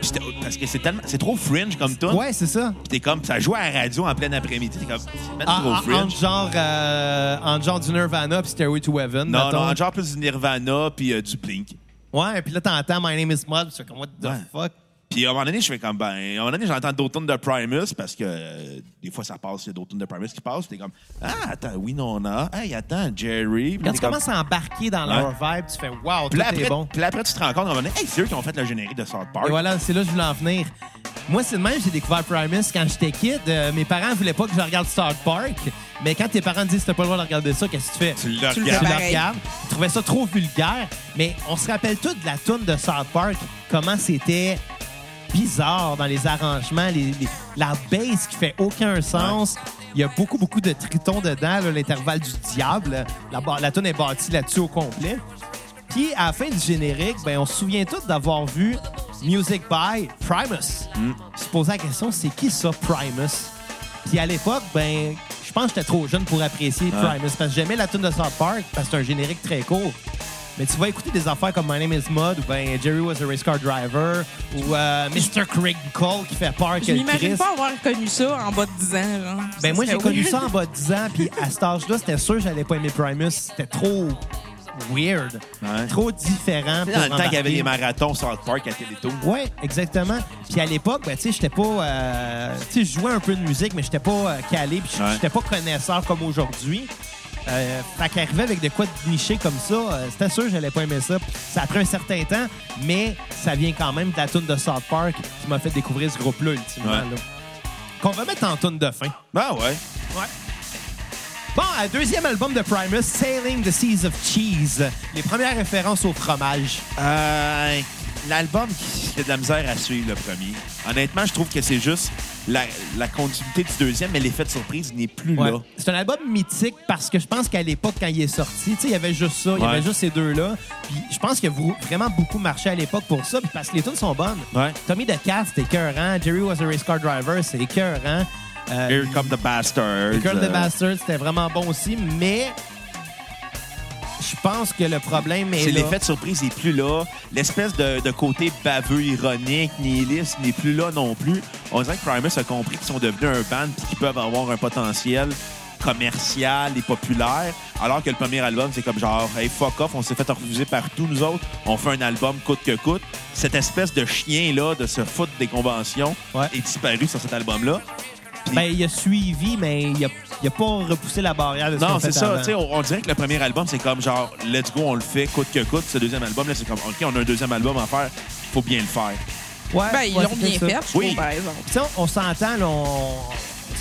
Puis j'étais- Parce que c'est tellement. C'est trop fringe comme tune. Ouais, c'est ça. Puis t'es comme, ça jouait à la radio en plein après-midi. T'es comme, c'est même Ah, En, trop en- entre fringe. genre, euh, entre genre du Nirvana puis Stairway to Heaven. non, mettons. non, en genre plus du Nirvana puis euh, du Blink. Ouais, puis là, t'entends My Name is Mud, puis tu fais comme, what the Ouais. fuck? Puis à un moment donné, je fais comme, ben, à un moment donné, j'entends d'autres tunes de Primus parce que euh, des fois, ça passe, il y a d'autres tunes de Primus qui passent. Puis t'es comme, ah, attends, Winona, hey, attends, Jerry. Puis Quand t'es tu comme- commences à embarquer dans leur vibe, tu fais, wow, tout Puis là, est après, bon. puis là, après, tu te rends compte, à un moment donné, hey, c'est eux qui ont fait le générique de South Park. Et voilà, c'est là que je voulais en venir. Moi, c'est de même, j'ai découvert Primus quand j'étais kid. Euh, mes parents voulaient pas que je regarde South Park, mais quand tes parents te disent que t'as pas le droit de regarder ça, qu'est-ce que tu fais? Tu le Tu le regardes. fais la pareil. regardes. Ils trouvaient ça trop vulgaire, mais on se rappelle tous de la toune de South Park, comment c'était bizarre dans les arrangements, les- les- la bass qui fait aucun sens. Il y a beaucoup, beaucoup de tritons dedans, là, l'intervalle du diable. La, ba- la toune est bâtie là-dessus au complet. Puis, à la fin du générique, ben, on se souvient tous d'avoir vu Music by Primus. Se poser la question, c'est qui ça, Primus? Puis à l'époque, ben, je pense que j'étais trop jeune pour apprécier Primus parce que j'aimais la tune de South Park parce que c'est un générique très court. Mais tu vas écouter des affaires comme My Name is Mud ou ben Jerry was a race car driver ou euh, Mr. Craig Cole qui fait peur que Je le m'imagine Christ. pas avoir connu ça en bas de 10 ans. Genre. Ça Eh Ben moi j'ai serait connu weird. ça en bas de 10 ans puis à cet âge-là, c'était sûr que j'allais pas aimer Primus, c'était trop weird, Ouais. trop différent Dans pour le temps qu'il y avait embarquer. des marathons South Park à Télétoon. Ouais, exactement. Puis à l'époque, ben, tu sais, j'étais pas. euh, tu sais, je jouais un peu de musique, mais j'étais pas euh, calé, puis Ouais. j'étais pas connaisseur comme aujourd'hui. Euh, fait qu'arriver avec de quoi de niché comme ça, euh, c'était sûr que j'allais pas aimer ça. Ça a pris un certain temps, mais ça vient quand même de la tune de South Park qui m'a fait découvrir ce groupe-là, ultimement. Ouais. là. Qu'on va mettre en tune de fin. Ah ouais. Bon, euh, deuxième album de Primus, Sailing the Seas of Cheese. Les premières références au fromage. Euh, L'album, qui- j'ai de la misère à suivre le premier. Honnêtement, je trouve que c'est juste la, la continuité du deuxième, mais l'effet de surprise n'est plus Ouais. là. C'est un album mythique parce que je pense qu'à l'époque, quand il est sorti, tu sais, il y avait juste ça, il y Ouais. avait juste ces deux-là. Puis je pense qu'il a vou- vraiment beaucoup marché à l'époque pour ça, puis parce que les tunes sont bonnes. Ouais. Tommy DeCast, c'est écœurant. Jerry was a race car driver, c'est écœurant. Euh, Here Come the euh, Bastard. Curl the Bastard, c'était vraiment bon aussi, mais je pense que le problème est, C'est là. l'effet de surprise n'est plus là. L'espèce de, de côté baveux, ironique, nihiliste n'est plus là non plus. On dirait que Primus a compris qu'ils sont devenus un band et qu'ils peuvent avoir un potentiel commercial et populaire, alors que le premier album, c'est comme genre, hey, fuck off, on s'est fait refuser par tous nous autres, on fait un album coûte que coûte. Cette espèce de chien-là, de se foutre des conventions, Ouais. est disparu sur cet album-là. Ben, il a suivi, mais il a, il a pas repoussé la barrière de ce qu'on Non, fait c'est ça. avant. Tu sais, on, on dirait que le premier album, c'est comme genre, let's go, on le fait, coûte que coûte. Ce deuxième album, là, c'est comme, OK, on a un deuxième album à faire, faut bien le faire. Ouais, Ben, ils ouais, l'ont c'était bien ça. fait, je trouve, Oui. par exemple. Puis ça, on s'entend, là, on...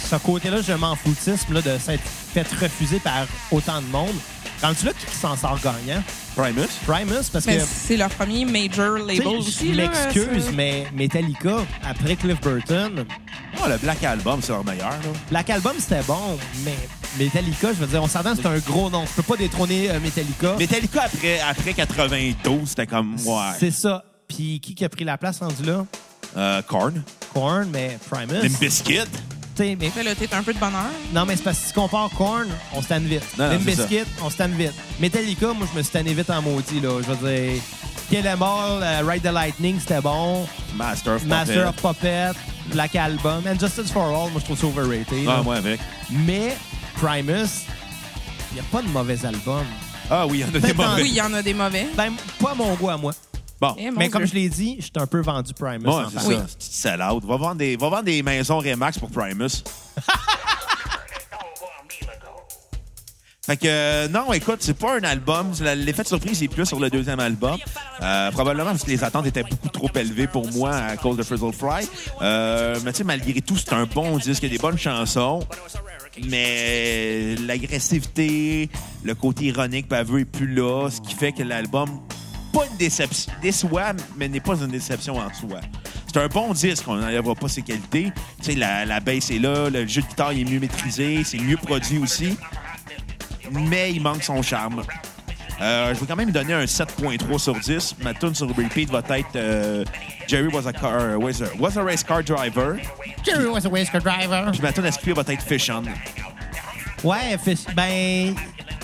ce côté-là, je m'en foutisme là, de s'être fait refuser par autant de monde. Rendu là, qui s'en sort gagnant? Primus? Primus, parce Mais que... c'est leur premier major tu label sais, aussi. Je là, m'excuse, ça. mais Metallica, après Cliff Burton, Oh, le Black Album, c'est leur meilleur. Là. Black Album, c'était bon, mais Metallica, je veux dire, on s'entend, c'est un gros nom. Tu peux pas détrôner euh, Metallica. Metallica, après, après 92, c'était comme, ouais. C'est ça. Puis qui qui a pris la place rendu là? Euh, Korn, Korn, mais Primus. Limp Bizkit. Tu sais, mais Mais là, t'es un peu de bonheur. Non, mais c'est parce que si tu compares Korn, on se tanne vite. Non, non, Limp c'est ça. Bizkit, on se tanne vite. Metallica, moi, je me suis tanné vite en maudit, là. Je veux dire, Kill Em All, euh, Ride the Lightning, c'était bon. Master of Master of Puppets. Puppet, Black Album, and Justice for All, moi, je trouve ça overrated. là. Ah, moi avec. Mais Primus, il n'y a pas de mauvais album. Ah oui, il y en a des Peut-être mauvais. Oui, il y en a des mauvais. Ben, pas à mon goût à moi. Bon. Eh, mon mais comme Dieu. je l'ai dit, je suis un peu vendu Primus. Bon, en c'est fait. ça. Oui. C'est une salade. Va vendre des, va vendre des maisons Remax pour Primus. Fait que, euh, non, écoute, c'est pas un album. C'est la- L'effet de surprise est plus sur le deuxième album. Euh, probablement parce que les attentes étaient beaucoup trop élevées pour moi à cause de Frizzle Fry. Euh, mais tu sais, malgré tout, c'est un bon disque. Il y a des bonnes chansons. Mais l'agressivité, le côté ironique baveux est plus là. Ce qui fait que l'album, pas une déception, déçoit, mais n'est pas une déception en soi. C'est un bon disque, on n'enlèvera pas ses qualités. Tu sais, la, la baisse est là, le jeu de guitare il est mieux maîtrisé, c'est mieux produit aussi. mais il manque son charme. Euh, je vais quand même lui donner un 7.3 sur 10. Ma tune sur repeat va être euh, Jerry was a, car, euh, was, a, was a race car driver. Jerry was a whisker driver. Puis ma tune SQ va être Fish On. Ouais, Fish- ben.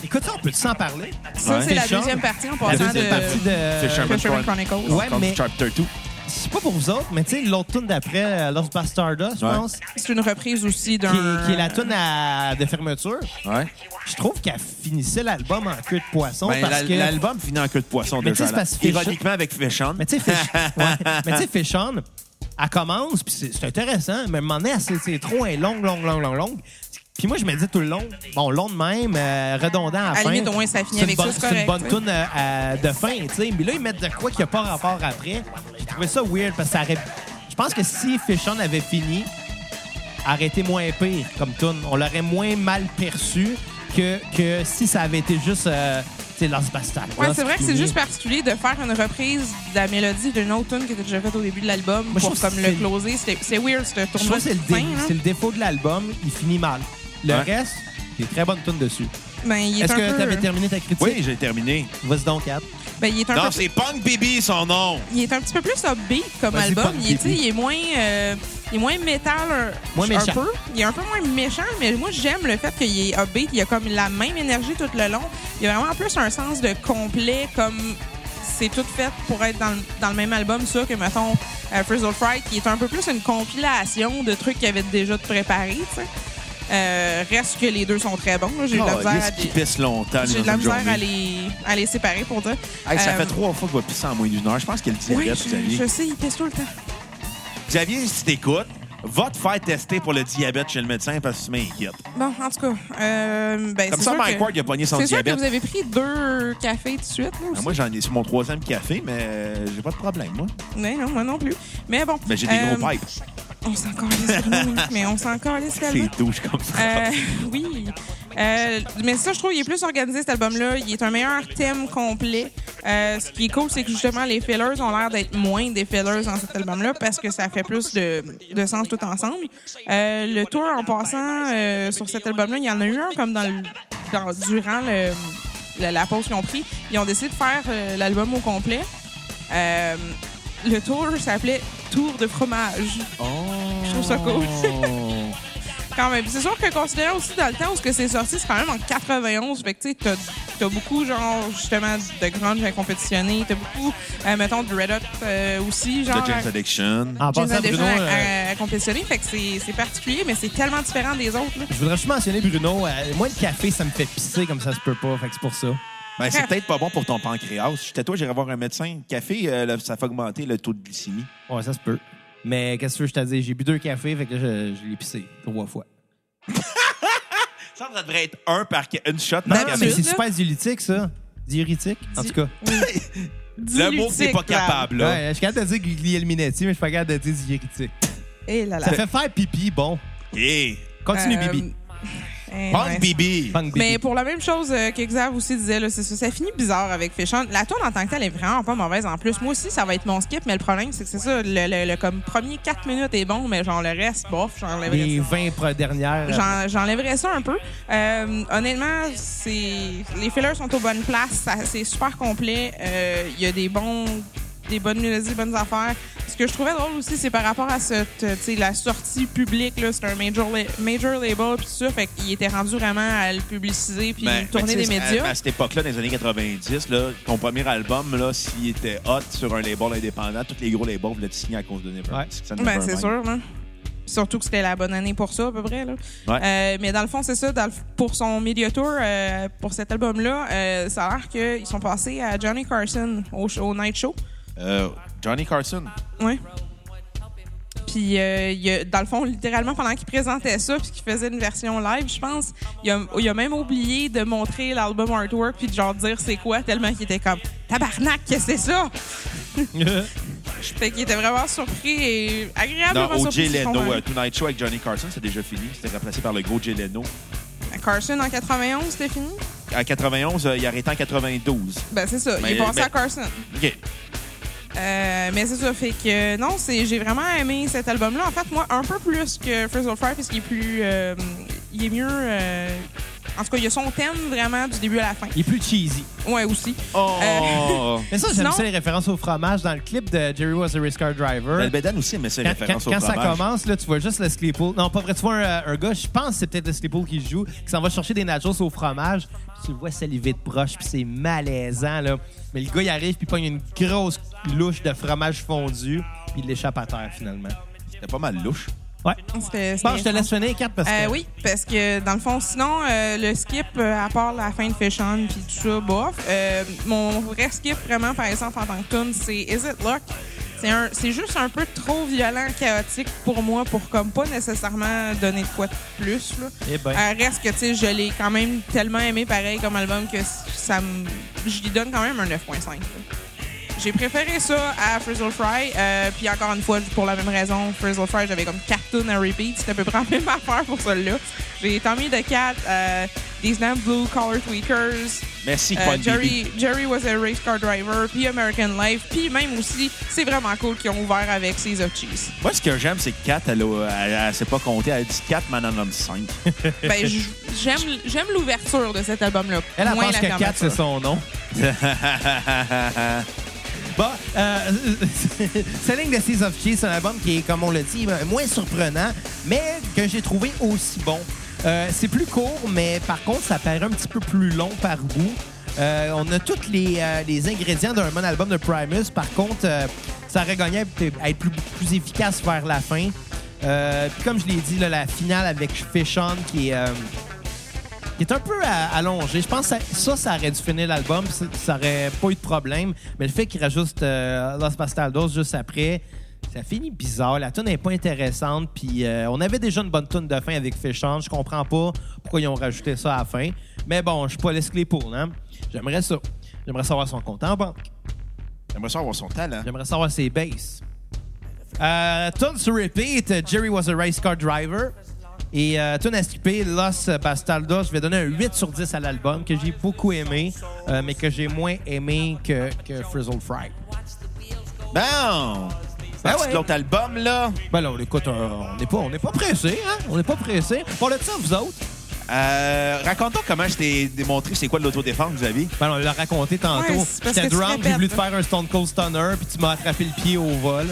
Écoute, ça, on peut s'en parler. Ça, c'est la Fish on. deuxième partie en La passant deuxième partie de. de. Fisherman Fisherman Chron- Chronicles. Ouais, mais- Chapter 2. Je sais pas pour vous autres, mais tu sais, l'autre tune d'après, euh, Lost Bastarda, je Ouais. pense, C'est une reprise aussi d'un. qui, est- qui est la tune à- de fermeture, Ouais. je trouve qu'elle finissait l'album en queue de poisson Ben, parce l'al- que. L'album finit en queue de poisson Mais tu sais, déjà. c'est là. parce que Fish- Ironiquement avec Fish On. Mais tu sais, Fish... ouais. Mais tu sais, Fish On, elle commence, puis c'est c'est intéressant, mais à un moment donné, elle- c'est- c'est trop, elle est longue, longue, longue, longue, longue. Puis moi, je me dis tout le long, bon, long de même, euh, redondant à, À la fin. limite, au moins, ça finit C'est une avec ça, bonne- c'est C'est une bonne correct, tune de fin, tu sais. Mais là, ils mettent de quoi qui a pas rapport après. J'ai trouvé ça weird, parce que ça aurait... Je pense que si Fish On avait fini, arrêté moins pire comme tune. On l'aurait moins mal perçu que, que si ça avait été juste... Euh, tu sais, Lost Bastard. Ouais, c'est vrai que c'est juste particulier de faire une reprise de la mélodie d'une autre tune qui était déjà faite au début de l'album je pour trouve comme que le c'est- closer. C'était- C'est weird, ce Ben, hein. Je trouve tournoi. que c'est le, de dé- fin, là. c'est le défaut de l'album, il finit mal. Le Ouais. reste, il est très bonne tune dessus. Ben, il est, Est-ce un que peu- tu avais terminé ta critique? Oui, j'ai terminé. Vas-y donc, Cap. ben, il est un Non, peu- c'est Punk Bibi son nom. il est un petit peu plus upbeat comme Vas-y, album. punk, Il est, tu sais, baby. il est moins, euh, il est moins métal un, Moins un méchant. peu. Il est un peu moins méchant, mais moi j'aime le fait qu'il est upbeat. Il a comme la même énergie tout le long. Il a vraiment plus un sens de complet, comme c'est tout fait pour être dans, le- dans le même album, ça que mettons euh, Frizzle Fright, qui est un peu plus une compilation de trucs qu'il avait déjà de préparés. tu sais. Euh, reste que les deux sont très bons. là. J'ai de la Oh, misère, à qui les, pisse longtemps. j'ai dans de la une misère journée. à les, à les séparer pour toi. Hey, ça fait trois fois qu'il va pisser en moins d'une heure. Je pense qu'il le Oui, diabète, je, Xavier. je sais, il pèse tout le temps. Xavier, si t'écoutes, va te faire tester pour le diabète chez le médecin parce que tu m'inquiètes. Bon, en tout cas, euh, ben, Comme c'est ça, sûr Mike que- Ward, il a pogné son C'est sûr que diabète. vous avez pris deux cafés tout de suite, là, Ah, aussi. moi, j'en ai sur mon troisième café, mais euh, j'ai pas de problème, moi. Ouais, non, moi non plus. Mais bon. Mais Ben, j'ai des euh, gros pipes. On s'en calisse, Bruno, mais on s'en calisse tellement. C'est douche comme ça. Euh, oui. Euh, mais ça, je trouve, il est plus organisé, cet album-là. Il est un meilleur thème complet. Euh, ce qui est cool, c'est que justement, les fillers ont l'air d'être moins des fillers dans cet album-là parce que ça fait plus de, de sens tout ensemble. Euh, le tour, en passant euh, sur cet album-là, il y en a eu un comme dans le, dans- durant le, le- la pause qu'ils ont pris. Ils ont décidé de faire euh, l'album au complet. Euh, le tour s'appelait Tour de fromage. Je trouve ça Oh. cool. Quand même. C'est sûr que considérant aussi dans le temps où ce que c'est sorti, c'est quand même en 91. Fait que tu sais, t'as- t'as beaucoup, genre, justement, de grunge à compétitionner. T'as beaucoup, euh, mettons, de Red Hot euh, aussi, De genre. James à- Addiction. En James passant, Bruno, Addiction à, euh, à- à compétitionner. Fait que c'est c'est particulier, mais c'est tellement différent des autres. là. je voudrais juste mentionner, Bruno, euh, moi, le café, ça me fait pisser comme ça se peut pas. Fait que c'est pour ça. Ben, c'est peut-être pas bon pour ton pancréas. Si j'étais toi, j'irais voir un médecin. Café, euh, le- ça fait augmenter le taux de glycémie. Ouais, ça se peut. Mais qu'est-ce que je te dis? J'ai bu deux cafés, fait que je, je l'ai pissé trois fois. Ça, ça devrait être un par ca- une shot Non, par mais mais café. c'est super diurétique, ça. Diurétique, en tout cas. Le mot que t'es pas Dilutique, là. capable, là. Ouais, je suis capable de dire Guglielminetti, mais je suis pas capable de dire diurétique. Eh là là. Ça fait faire pipi, bon. Yeah. Continue, Euh, Bibi. eh, Eh, Punk nice. Bibi. Punk Bibi. Mais pour la même chose euh, que Xav aussi disait, là, c'est ça, ça finit bizarre avec Fishon. La tourne en tant que telle est vraiment pas mauvaise en plus. Moi aussi, ça va être mon skip, mais le problème, c'est que c'est ça. Le, le- le- comme premier 4 minutes est bon, mais genre le reste, bof, j'enlèverais Les ça. 20 pro- dernières. J'en- J'enlèverais ça un peu. Euh, honnêtement, c'est les fillers sont aux bonnes places. ça- C'est super complet. Euh, Il y a des bons des bonnes mélodies, des bonnes affaires. Ce que je trouvais drôle aussi, c'est par rapport à cette, euh, tu sais, la sortie publique. là, C'est un major, la- major label, puis tout ça. Fait qu'il était rendu vraiment à le publiciser, puis Ben, mais tourner des tu sais, médias. À, à cette époque-là, dans les années 90, là, ton premier album, là, s'il était hot sur un label indépendant, tous les gros labels voulaient te signer à cause de Never. Ouais. Six and Ben, Nevermind. c'est sûr, hein. Surtout que c'était la bonne année pour ça, à peu près. Là. Ouais. Euh, mais dans le fond, c'est ça. dans le- pour son media tour, euh, pour cet album-là, euh, ça a l'air qu'ils sont passés à Johnny Carson au, sh- au Night Show. Euh, Johnny Carson. Ouais. Puis, euh, il a- dans le fond, littéralement, pendant qu'il présentait ça puis qu'il faisait une version live, je pense, il a, il a même oublié de montrer l'album artwork puis de genre dire c'est quoi, tellement qu'il était comme Tabarnak, que c'est ça! Fait qu'il était vraiment surpris et agréablement Non, au Jay surpris. de son Leno. album. euh, Tonight Show avec Johnny Carson, c'est déjà fini. C'était remplacé par le gros Jay Leno. Carson en 91, c'était fini? En 91, euh, il a arrêté en 92. Ben, c'est ça. Mais- il est passé mais- à Carson. OK. Euh, mais c'est ça. Fait que, non, c'est, j'ai vraiment aimé cet album-là. En fait, moi, un peu plus que Frizzle Fry, parce qu'il est plus. euh, il est mieux. euh, En tout cas, il y a son thème vraiment du début à la fin. Il est plus cheesy. Ouais, aussi. Oh! Euh, Mais ça, j'aime Sinon- ça, les références au fromage dans le clip de Jerry Was a Race Car Driver. Belbédane Ben, aussi aimait ses Quand, références quand- au quand ça fromage. commence, là, tu vois juste le Sleepool. Non, pas vrai, tu vois un, un gars, je pense que c'est peut-être le Sleepool qui joue, qui s'en va chercher des nachos au fromage. puis Tu le vois saliver de proche, puis c'est malaisant. là. Mais le gars, il arrive, puis il pogne une grosse louche de fromage fondu, puis il l'échappe à terre, finalement. C'était pas mal louche. Ouais. c'était- c'était- Bon, je te laisse finir les cartes parce que. Euh, oui, parce que dans le fond, sinon, euh, le skip, euh, à part la fin de Fashion puis tout ça, bof, euh, mon vrai skip vraiment, par exemple, en tant que tune, c'est Is It Luck? C'est un- C'est juste un peu trop violent, chaotique pour moi, pour comme pas nécessairement donner de quoi de plus. Là. Eh ben. Euh, reste que, tu sais, je l'ai quand même tellement aimé pareil comme album que ça me. Je lui donne quand même un 9,5. là. J'ai préféré ça à Frizzle Fry. euh, puis encore une fois, pour la même raison, Frizzle Fry, j'avais comme 4 tunes à repeat. C'était à peu près la même affaire pour celle-là. J'ai tant mis de 4 euh, These Damn Blue Collar Tweakers. Merci, euh, Quan Bibi. Jerry, Jerry was a race car driver, puis American Life, puis même aussi, c'est vraiment cool qu'ils ont ouvert avec Seas of Cheese. Moi, ce que j'aime, c'est que Kat, elle, a- elle, elle s'est pas comptée. Elle a dit 4, mais elle en a mis 5. Ben, j- j'aime j'aime l'ouverture de cet album-là. Elle, elle moins pense la que 4, c'est fermeture. son nom. Bon, euh, Selling the Seas of Cheese, c'est un album qui est, comme on le dit, euh, moins surprenant, mais que j'ai trouvé aussi bon. Euh, c'est plus court, mais par contre, ça paraît un petit peu plus long par bout. Euh, on a tous les, euh, les ingrédients d'un bon album de Primus. Par contre, euh, ça aurait gagné à être- à être plus, plus efficace vers la fin. Euh, puis comme je l'ai dit, là, la finale avec Fish On qui est... euh, qui est un peu à- allongé. Je pense que ça- ça, ça aurait dû finir l'album, puis ça- ça aurait pas eu de problème. Mais le fait qu'il rajoute euh, Los Bastardos juste après, ça finit bizarre. La tune n'est pas intéressante, puis euh, on avait déjà une bonne tune de fin avec Fish On. Je comprends pas pourquoi ils ont rajouté ça à la fin. Mais bon, je suis pas les pour, hein. J'aimerais ça. J'aimerais savoir son compte en banque. J'aimerais ça avoir son talent. J'aimerais savoir ses basses. Euh, tune sur repeat, euh, Jerry was a race car driver. Et euh, tune à skipper, Los Bastardos. Je vais donner un 8 sur 10 à l'album que j'ai beaucoup aimé, euh, mais que j'ai moins aimé que, que Frizzle Fry. Bon! Ben Parce que ouais. L'autre album, là, Ben là, on écoute, euh, on n'est pas, on n'est pas pressé, hein? On n'est pas pressé. Pour le ça, vous autres? euh, raconte-toi comment je t'ai démontré c'est quoi de l'autodéfense, Xavier. Ben, on l'a raconté tantôt. Ouais, c'est parce J'étais que tu drunk, j'ai répètes. voulu te faire un Stone Cold Stunner, puis tu m'as attrapé le pied au vol.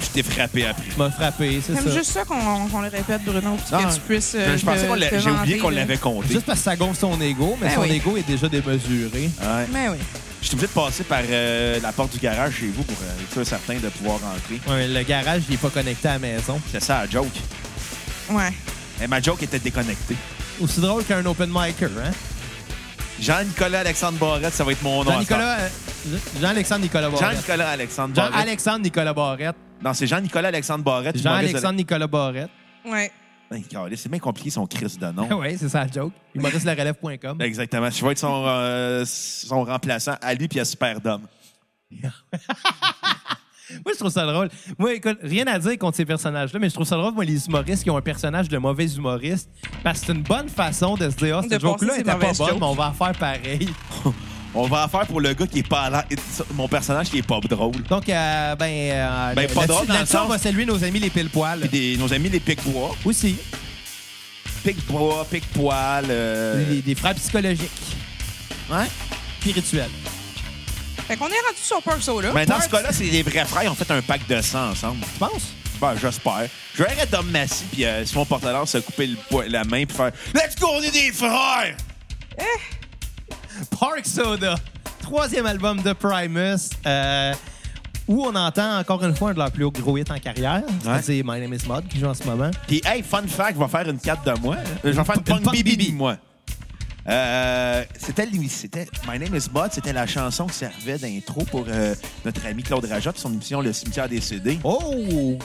Je t'ai frappé après. Tu m'as frappé, c'est ça. J'aime juste ça qu'on qu'on le répète, Bruno, pour Non, que tu puisses. euh, je, je pensais te- qu'on l'a- te J'ai oublié vanter, qu'on là. l'avait compté. Juste parce que ça gonfle son ego, mais Ben son oui. ego est déjà démesuré. Ouais. Mais Ben oui. J'étais obligé de passer par euh, la porte du garage chez vous pour euh, être sûr certain de pouvoir rentrer. Ouais, le garage, il n'est pas connecté à la maison. C'est ça la joke. Ouais. Et ma joke était déconnectée. Aussi drôle qu'un open micer, hein? Jean-Nicolas Alexandre Barrette, ça va être mon nom. à Jean-Nicolas... euh, Jean-Alexandre Nicolas faire. Barrette. Jean-Nicolas Alexandre Barrette. Jean-Alexandre Nicolas Barrette. Non, c'est Jean-Nicolas Alexandre Barrette. Jean-Alexandre Nicolas Barrette. Ouais. Ben, calé, c'est bien compliqué son Chris de nom. oui, c'est ça la joke. Humoristlerelève.com. Exactement. Je vais être son, euh, son remplaçant à lui puis à Superdome. Moi, je trouve ça drôle. Moi, écoute, rien à dire contre ces personnages-là, mais je trouve ça drôle, moi, les humoristes qui ont un personnage de mauvais humoriste, parce que c'est une bonne façon de se dire, ah, De cette joke-là passer ses était pas mauvaises bonne, jokes. mais on va en faire pareil. On va en faire pour le gars qui est pas à l'air- Mon personnage qui est pas drôle. Donc, euh, ben, euh, Ben, pas là-dessus- drôle dans le là-dessus, on sens- va saluer nos amis les pile-poils. Puis des- nos amis les Pic-Bois. Aussi, Pic-Bois, Pic-Poil. euh, des, des frappes psychologiques, Ouais. spirituelles. Fait qu'on est rendu sur Park Soda. Mais dans ce cas-là, c'est les vrais frères. Ils ont fait un pack de sang ensemble. Tu penses? Ben, j'espère. Je verrais Dom Massy puis euh, Simon Portelard se couper le poing- la main puis faire Let's go, on est des frères! Eh, Park Soda, troisième album de Primus, euh, où on entend encore une fois un de leurs plus gros hits en carrière, c'est-à-dire My Name is Mod, qui joue en ce moment. Puis, hey, fun fact, je vais faire une carte de moi. Euh, Je vais faire une Une punk punk bibi bibi. de moi. Euh, c'était lui, c'était My Name is Bud, c'était la chanson qui servait d'intro pour euh, notre ami Claude Rajot, son émission Le cimetière des CD. Oh!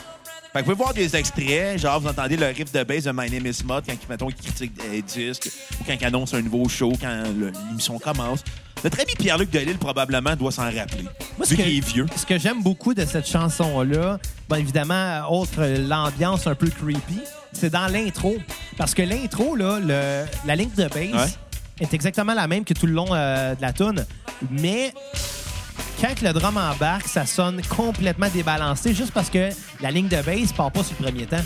Fait que vous pouvez voir des extraits, genre vous entendez le riff de base de My Name is Mod quand il, mettons, il critique des disques ou quand il annonce un nouveau show, quand le- l'émission commence. Notre ami Pierre-Luc Delisle probablement doit s'en rappeler. Moi, ce vu que- qu'il est vieux. Ce que j'aime beaucoup de cette chanson-là, bien évidemment, autre euh, l'ambiance un peu creepy, c'est dans l'intro. Parce que l'intro, là, le- la ligne de bass Ouais. est exactement la même que tout le long euh, de la tune, mais quand le drum embarque, ça sonne complètement débalancé juste parce que la ligne de bass part pas sur le premier temps.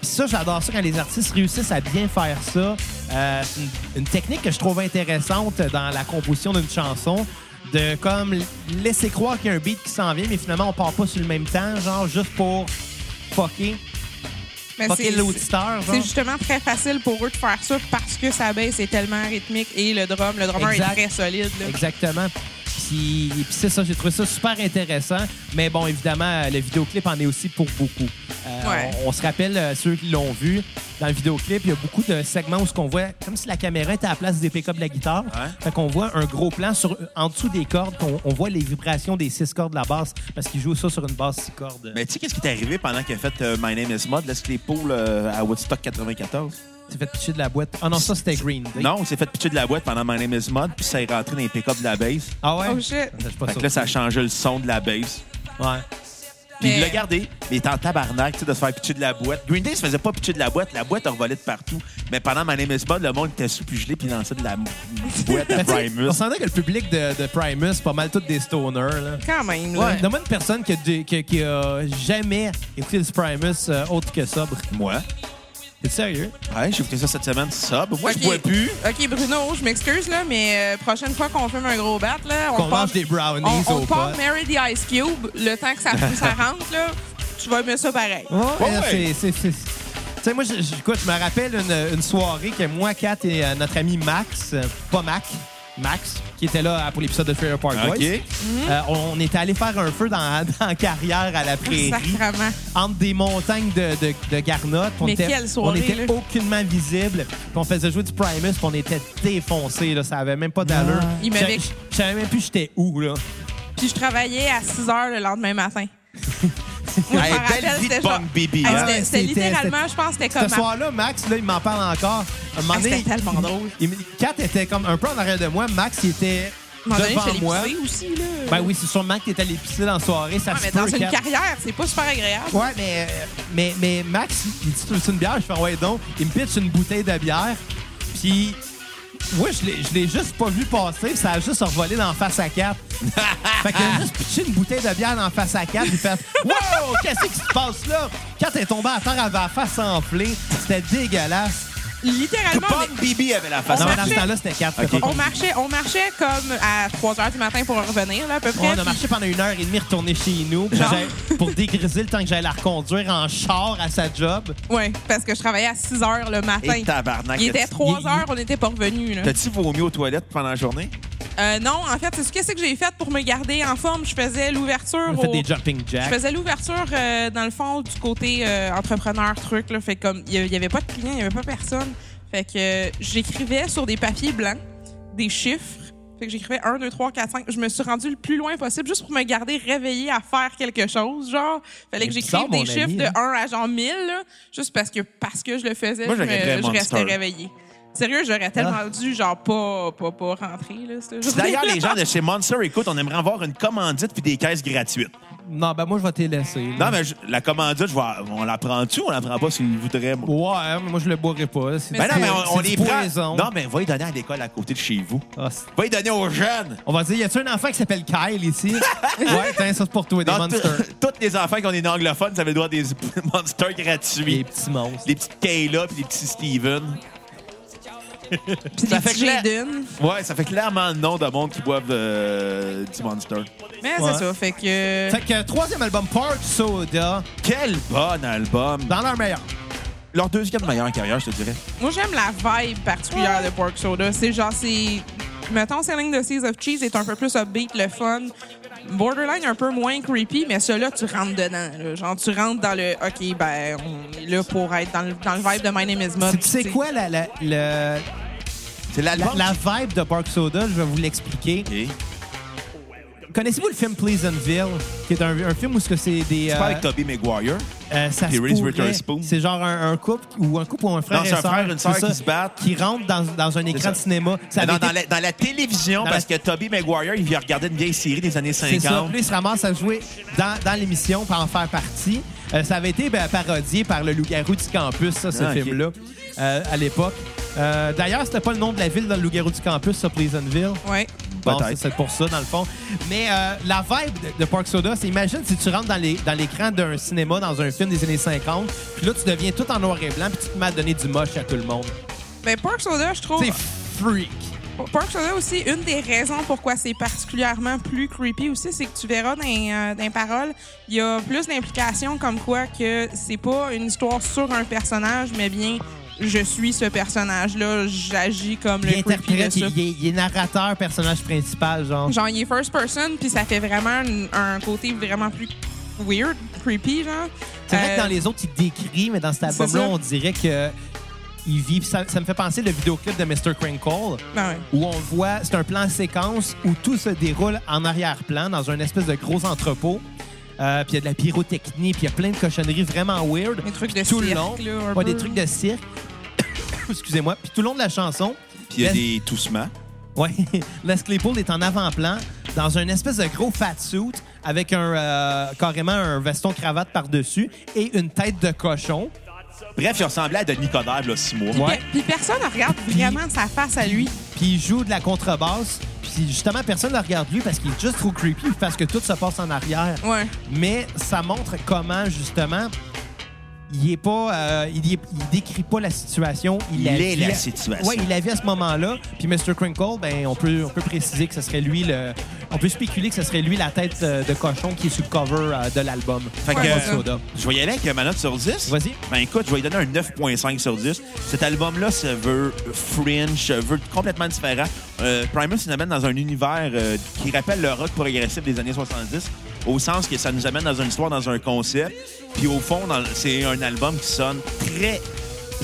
Puis ça, j'adore ça quand les artistes réussissent à bien faire ça. Euh, c'est une, une technique que je trouve intéressante dans la composition d'une chanson, de comme laisser croire qu'il y a un beat qui s'en vient, mais finalement, on part pas sur le même temps, genre juste pour fucker, Mais fucker Ben, c'est- l'auditeur. genre. C'est justement très facile pour eux de faire ça parce que sa baisse est tellement rythmique et le drum, le drummer Exact. est très solide. là. Exactement. Puis, puis c'est ça, j'ai trouvé ça super intéressant. Mais bon, évidemment, le vidéoclip en est aussi pour beaucoup. Euh, Ouais. on, on se rappelle, euh, ceux qui l'ont vu, dans le vidéoclip, il y a beaucoup de segments où ce qu'on voit, comme si la caméra était à la place des pick-up de la guitare. Ouais. Fait qu'on voit un gros plan sur, en dessous des cordes, qu'on on voit les vibrations des six cordes de la basse, parce qu'ils jouent ça sur une basse six cordes. Mais tu sais, qu'est-ce qui t'est arrivé pendant qu'il a fait euh, My Name is Mud? Laisse que les poules euh, à Woodstock 94. Tu fait pitcher de la boîte. Ah non, ça, c'était Green Day. Non, on s'est fait pitcher de la boîte pendant My Name is Mud, puis ça est rentré dans les pick-up de la bass. Ah ouais? Oh shit. Je suis pas Fait que là, ça a changé le son de la bass. sûr. Ouais. Puis Mais- il l'a gardé, mais il était en tabarnak tu sais, de se faire pitcher de la boîte. Green Day se faisait pas pitcher de la boîte, la boîte a revolé de partout. Mais pendant My Name is Bud, le monde était sous puis gelé puis il lançait de la m- boîte à Mais tu sais, Primus. On sentait que le public de, de Primus, pas mal tous des stoners. Là. Quand même. là. Ouais. Euh, Donne-moi une personne qui a, dé- qui, qui a jamais écouté du Primus euh, autre que sobre. Moi, T'es sérieux? ouais, j'ai écouté ça cette semaine, ça. Moi, Ok. je bois plus. OK, Bruno, je m'excuse, là, mais euh, prochaine fois qu'on fume un gros bat, là, on Qu'on part- mange des brownies on, on au part pot. Mary the Ice Cube, le temps que ça, ça rentre, là, tu vas aimer ça pareil. Ouais, Ouais, c'est- ouais. c'est- c'est- Tu sais, moi, je, je- écoute, je me rappelle une, une soirée que moi, Kat et euh, notre ami Max, euh, pas Mac, Max, qui était là euh, pour l'épisode de Fair Park Boys, OK. euh, on était allé faire un feu dans, dans Carrière à la prairie. Sacrement. entre des montagnes de, de, de garnottes. On Mais était, quelle soirée, on était là. aucunement visible. Puis on faisait jouer du Primus, puis on était défoncés. Là. Ça avait même pas d'allure. Ah. Il Je- m'avait- Je je savais même plus j'étais où. Là. Puis je travaillais à 6 heures le lendemain matin. Moi, je Hey, me belle rappelle, vie c'était de genre- punk, baby, Hey, hein? c'était- Ouais, C'était c'était- littéralement, je pense, c'était comme... Ce soir-là, Max, là, il m'en parle encore. À un moment Ah, donné, c'était tellement drôle. il me- Kat était comme un peu en arrière de moi. Max, il était À un moment donné, devant j'étais moi. épuisée aussi, là. Ben oui, c'est sûrement que t'es allé pisser dans la soirée. Ça Ouais, se Ah, mais peut, dans une Kat. carrière, c'est pas super agréable. Ouais, mais, euh, mais, mais Max, il dit tu veux une bière? Je fais ouais, donc. Il me pitche une bouteille de bière. Puis, moi, je l'ai- je l'ai juste pas vu passer. puis Ça a juste revolé dans la face à cap. fait qu'il a juste pitché une bouteille de bière dans la face à cap. Il fait Wow, qu'est-ce qui se passe là? Quand elle est tombée à terre, elle avait la face enflée. C'était dégueulasse. Littéralement, on est- Punk Bibi avait la face. Non, mais dans Ah, marchait. ce temps-là, c'était cap. Ok. on marchait, on marchait comme à 3 heures du matin pour revenir, là, à peu près. On a puis- marché pendant une heure et demie, retourné chez nous puis Genre. j'allais- pour dégriser le temps que j'allais la reconduire en char à sa job. Oui, parce que je travaillais à 6 heures le matin. Et tabarnak. Il était t'as-tu- 3 heures, on n'était pas revenus. là. T'as-tu vomi aux toilettes pendant la journée? Euh, non, en fait, c'est ce que, que j'ai fait pour me garder en forme. Je faisais l'ouverture On a fait au- des jumping Je jacks. faisais l'ouverture, euh, dans le fond, du côté euh, entrepreneur, truc. Là, fait comme, il n'y avait pas de clients, il n'y avait pas personne. Fait que euh, j'écrivais sur des papiers blancs des chiffres. Fait que j'écrivais 1, 2, 3, 4, 5. Je me suis rendue le plus loin possible juste pour me garder réveillée à faire quelque chose. Genre, fallait que C'est bizarre, j'écrive des mon chiffres ami, de hein. 1 à genre 1000, là, juste parce que, parce que je le faisais, Moi, je, me- j'aurais je vraiment Ah. restais Monster. réveillée. Sérieux, j'aurais tellement dû, genre, pas, pas, pas rentrer, là, cette Si journée-là. D'ailleurs, les gens de chez Monster, écoute, on aimerait avoir une commandite puis des caisses gratuites. Non, ben moi, je vais te laisser. Non, mais je- la commandite, je vais- on la prend-tu ou on la prend pas s'ils voudraient? moi? Ouais, mais hein. moi, je le boirai pas. C'est Ben du non, mais po- on, on c'est les du prend. poison. Non, mais va y donner à l'école à côté de chez vous. Ah, c'est- Va y donner aux jeunes. on va dire, y a-tu un enfant qui s'appelle Kyle ici? ouais, tiens, ça c'est pour toi, des Dans monsters. t- Tous les enfants qui ont des anglophones, ça avait le droit à des monsters gratuits. Des petits monstres. Des petites Kayla puis des petits Steven. Puis Ça des fait petits clair. Jaden. Ouais, ça fait clairement le nom de monde qui boivent euh, du monster. Mais Ouais. c'est ça, fait que. euh, Fait que troisième album, Park Soda, Quel bon album! dans leur meilleur. Leur deuxième meilleure carrière, je te dirais. Moi, j'aime la vibe particulière de Pork Soda. C'est genre, c'est. Mettons, Selling the Seas of Cheese est un peu plus upbeat, le fun. Borderline, un peu moins creepy, mais celui-là, tu rentres dedans. là. Genre, tu rentres dans le. OK, ben, on est là pour être dans le, dans le vibe de My Name is Ah, Mud. C'est- Tu sais quoi, la, la, le- C'est l'album. la, la vibe de Park Soda? Je vais vous l'expliquer. qui- Connaissez-vous le film Pleasantville, qui est un, un film où ce que c'est des... C'est pas euh, avec Tobey Maguire. Euh, ça se Puis Reese pourrait. Witherspoon. C'est genre un, un couple ou un couple ou un frère Non, et c'est un sœur, frère, une sœur c'est ça, qui se battent. qui rentrent dans, dans un écran ça. de cinéma. Ça Mais avait non, été- dans, la, dans la télévision, Dans parce la- que Tobey Maguire, il vient regarder une vieille série des années C'est ça. 50. Puis là, il se ramasse à jouer dans, dans l'émission pour en faire partie. Euh, ça avait été ben, parodié par le loup-garou du campus, ça, ce Ah, ok. film-là, euh, à l'époque. Euh, D'ailleurs, c'était pas le nom de la ville dans le Loup-Garou du campus, ça, Pleasantville. Ouais. Bon, ça, Peut-être. c'est pour ça, dans le fond. Mais euh, la vibe de- de Park Soda, c'est imagine si tu rentres dans les- dans l'écran d'un cinéma, dans un film des années 50, puis là, tu deviens tout en noir et blanc, puis tu te mets à donner du moche à tout le monde. Ben, Park Soda, je Oh. trouve. C'est freak. Park Soda aussi, une des raisons pourquoi c'est particulièrement plus creepy aussi, c'est que tu verras dans, les, euh, dans les paroles, il y a plus d'implications comme quoi que c'est pas une histoire sur un personnage, mais bien je suis ce personnage-là, j'agis comme Il le creepy de interprète, ça. il, il est- il est narrateur, personnage principal, genre. Genre, il est first person, puis ça fait vraiment un- un côté vraiment plus weird, creepy, genre. C'est vrai Euh, que dans les autres, il décrit, mais dans cet c'est album-là, ça. on dirait que il vit. Puis Ça, ça me fait penser le vidéoclip de Mr. Crinkle, ben ouais. où on voit, c'est un plan séquence où tout se déroule en arrière-plan dans un espèce de gros entrepôt. Euh, puis il y a de la pyrotechnie, puis il y a plein de cochonneries vraiment weird. Des trucs de Puis tout le cirque, long, là, un ouais, peu. des trucs de cirque. Excusez-moi. Puis tout le long de la chanson, Puis il y a Les- des toussements. Ouais. Les Claypool est en avant-plan dans une espèce de gros fat suit avec un euh, carrément un veston cravate par-dessus et une tête de cochon. Bref, il ressemblait à Denis Coderre, là, six mois. Ouais. Puis personne ne regarde vraiment de sa face à lui. Puis il joue de la contrebasse. Puis justement, personne ne regarde lui parce qu'il est juste trop creepy parce que tout se passe en arrière. Ouais. Mais ça montre comment justement il est pas euh, il, est- il décrit pas la situation, Il la est vit la à- situation. Ouais, il la vit à ce moment-là. Puis Mr. Crinkle, ben on peut on peut préciser que ce serait lui le on peut spéculer que ce serait lui la tête euh, de cochon qui est sous le cover euh, de l'album. Fait que, euh, Ouais, Hot Soda. Je vais y aller avec ma note sur 10. Vas-y. Ben écoute, je vais lui donner un 9.5 sur 10. Cet album-là se veut fringe, se veut complètement différent. Euh, Primus nous amène dans un univers euh, qui rappelle le rock progressif des années 70, au sens que ça nous amène dans une histoire, dans un concept. Puis au fond, dans le- c'est un album qui sonne très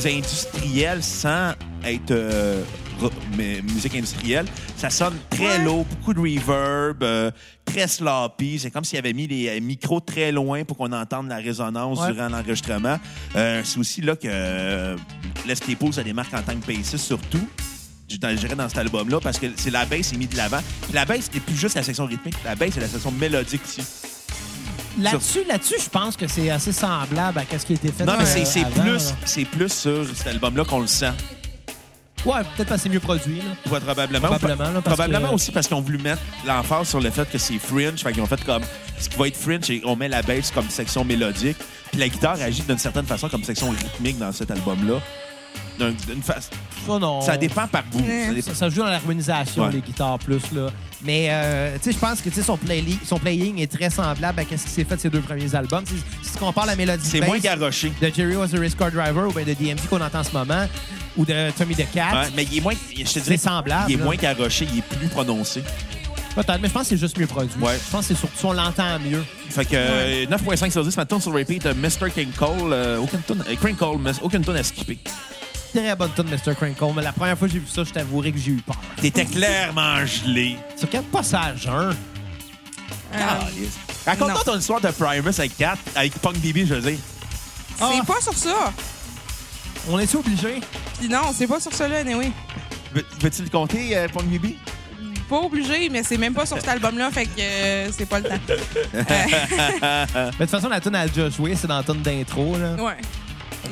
industriel sans être euh, ro- mais musique industrielle. Ça sonne très Ouais. low, beaucoup de reverb, euh, très sloppy. C'est comme s'il avait mis les euh, micros très loin pour qu'on entende la résonance Ouais. durant l'enregistrement. Euh, c'est aussi là que euh, Les Claypool se démarque en tant que bassiste, surtout. Je dans- je dirais dans cet album-là, parce que c'est la bass est mise de l'avant. Puis La bass, c'est plus juste la section rythmique. La bass, c'est la section mélodique ici. Là-dessus, là-dessus, je pense que c'est assez semblable à ce qui a été fait. Non, mais c'est- euh, c'est avant, plus, là. c'est plus sur cet album-là qu'on le sent. Ouais, peut-être parce que c'est mieux produit. là. Ouais, probablement. Probablement, là, parce Probablement que- aussi parce qu'on voulu mettre l'emphase sur le fait que c'est fringe. Fait qu'ils ont fait comme ce qui va être fringe et on met la bass comme section mélodique. Puis la guitare agit d'une certaine façon comme section rythmique dans cet album-là. D'un- d'une fa- Ça, non. Ça dépend par bout. Ça dépend- Ça, ça joue dans l'harmonisation, Ouais. les guitares plus. là. Mais euh, tu sais, je pense que tu sais, son, playli- son playing est très semblable à ce qui s'est fait de ses deux premiers albums. Tu sais, Si tu compares la mélodie C'est bass moins garoché. de Jerry Was a Race Car Driver ou bien de DMT qu'on entend en ce moment ou de Tommy the Cat, Ouais, mais il est moins. Je te dirais, semblable, Il est là. moins garoché, il est plus prononcé. peut-être, mais je pense que c'est juste mieux produit. Ouais. Je pense que c'est surtout on l'entend mieux. Fait que euh, 9.5 sur 10, maintenant sur repeat, euh, Mr. King Cole, euh, aucune tune euh, King Cole, mais aucune tune à skipper. Très bonne tune, Mr. Crinkle, mais la première fois que j'ai vu ça, je t'avouerai que j'ai eu peur. T'étais clairement gelé. Sur quel passage, hein? Euh, Caliste. Raconte-nous non. ton histoire de Primus avec Kat, avec Punk DB, je veux dire. Ah. C'est pas sur ça. On est-tu Hein? obligé? Puis non, c'est pas sur ça, là, anyway. Veux- Veux-tu le compter, euh, Punk DB? Pas obligé, mais c'est même pas sur cet album-là, fait que euh, c'est pas le temps. Mais de toute façon, la tune a déjà joué, c'est dans la tune d'intro. là. Ouais.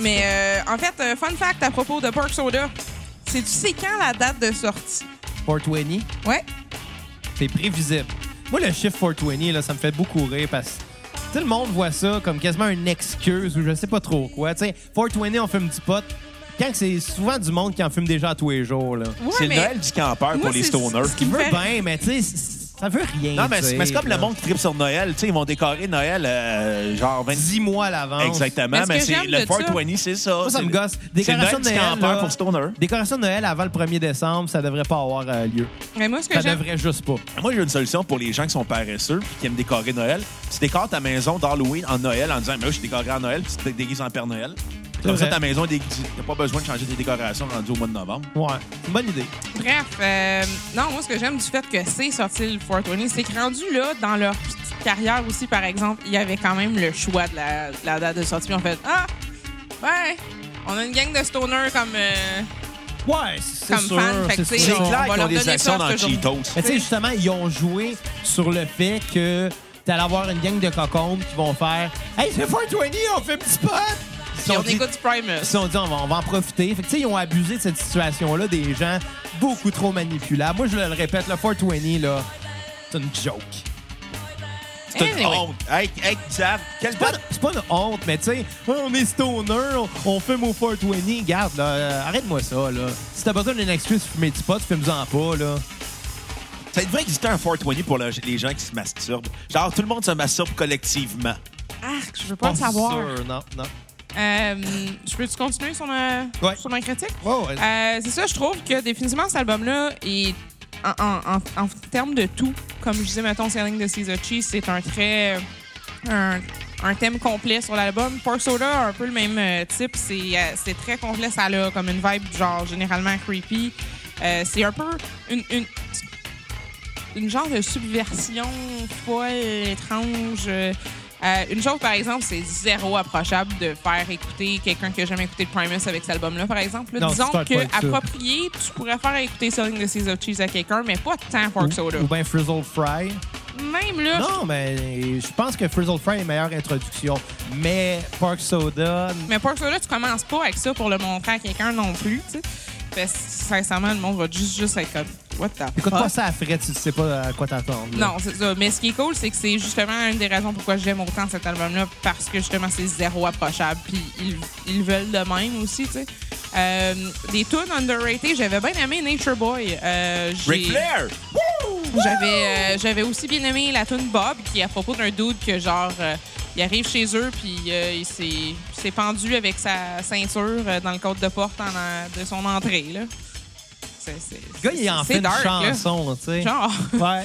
Mais euh, en fait, euh, fun fact à propos de Park Soda, c'est tu sais quand la date de sortie? 420. Ouais. C'est prévisible. Moi, le chiffre 420, là, ça me fait beaucoup rire parce que tout le monde voit ça comme quasiment une excuse ou je sais pas trop quoi. Tu sais, 420, on fume du pot. Quand que c'est souvent du monde qui en fume déjà tous les jours, là. Ouais, c'est mais- le Noël du campeur Moi, pour les c'est- stoners. c'est- Qui veut Fait- bien, mais tu sais, c- c- ça veut rien. Non, mais, c'est- dire, mais c'est comme là. le monde qui tripe sur Noël. Tu sais, ils vont décorer Noël euh, genre 26 Dix mois à l'avance. Exactement, Mais ce mais que c'est j'aime le de 420, c'est ça. Moi, ça C'est- me gosse. C'est Décoration Noël de du Noël. campeur là, pour stoner. Décoration de Noël avant le 1er décembre, ça devrait pas avoir euh, lieu. Mais moi, ce que Ça j'aime. devrait juste pas. Moi, j'ai une solution pour les gens qui sont paresseux et qui aiment décorer Noël. Tu décores ta maison d'Halloween en Noël en disant Mais là, je suis décoré en Noël, puis tu te déguises en Père Noël. Comme ça, vrai. ta maison est déguisée. T'as pas besoin de changer tes décorations rendues au mois de novembre. Ouais. C'est une bonne idée. Bref, euh, non, moi, ce que j'aime du fait que c'est sorti le 420, c'est que rendu là, dans leur petite carrière aussi, par exemple, il y avait quand même le choix de la, de la date de sortie. Puis on fait Ah, ouais, on a une gang de stoners comme. euh, Ouais, c'est Comme sûr. fan, fait que c'est tu sais, C'est sûr. on clair va qu'ils ont leur des donner actions ça dans ce jour. Cheetos. Mais tu sais, justement, ils ont joué sur le fait que t'allais avoir une gang de cocombes qui vont faire Hey, c'est 420, on fait un petit pot! Ils Puis ont on dit- écoute du Primus. Ils se sont dit, on va, on va en profiter. Fait que, tu sais, ils ont abusé de cette situation-là, des gens beaucoup trop manipulables. Moi, je le répète, le 420, là, c'est une joke. C'est une Anyway. Oh, honte. Hey, hey, Xav, quel C'est pas, c'est pas une honte, mais tu sais, Ah, on est stoner, on, on fume au 420. Garde, là, euh, arrête-moi ça, là. Si t'as besoin d'une excuse pour fumer du pot, fume-en pas, là. Ça devrait exister un 420 pour le- les gens qui se masturbent. Genre, tout le monde se masturbe collectivement. Arc, je veux pas le Pas savoir. sûr, non, non. Euh, je peux-tu continuer sur ma, Ouais. sur ma critique? Oh, ouais. Euh, c'est ça, je trouve que définitivement, cet album-là est. En, en, en, en termes de tout, comme je disais, mettons, Selling de Caesar Cheese, c'est un très. euh, un, un thème complet sur l'album. Pour Soda, un peu le même euh, type. C'est euh, c'est très complet. Ça a comme une vibe, genre, généralement creepy. Euh, c'est un peu une, une, une genre de subversion folle, étrange. Euh, euh, une chose, par exemple, c'est zéro approchable de faire écouter quelqu'un qui a jamais écouté de Primus avec cet album-là, par exemple. là. Non, tu Disons starts pas que avec ça. approprié, tu pourrais faire écouter Selling the Seas of Cheese à quelqu'un, mais pas tant Fork Soda. Ou, ou bien Frizzled Fry. Même là, Non, mais je pense que Frizzled Fry est meilleure introduction. Mais Park Soda, Mais pour ça, là, tu commences pas avec ça pour le montrer à quelqu'un non plus, tu sais. Fait que, sincèrement, le monde va juste, juste être comme, what the écoute fuck? pas ça à frais, tu sais pas à quoi t'attendre. là. ah. Non, c'est ça. Mais ce qui est cool, c'est que c'est justement une des raisons pourquoi j'aime autant cet album-là, parce que justement, c'est zéro approchable, puis ils, ils veulent de même aussi, tu sais. Euh, des tunes underrated, j'avais bien aimé Nature Boy. Euh, j'ai- Ric Flair! j'avais euh, j'avais aussi bien aimé la tune Bob qui est à propos d'un dude que genre euh, il arrive chez eux puis euh, il s'est il s'est pendu avec sa ceinture euh, dans le code de porte en, en- de son entrée là. C'est- c'est- Le gars, il en c'est- fait c'est une dark, là. chanson, tu sais. Genre Ouais.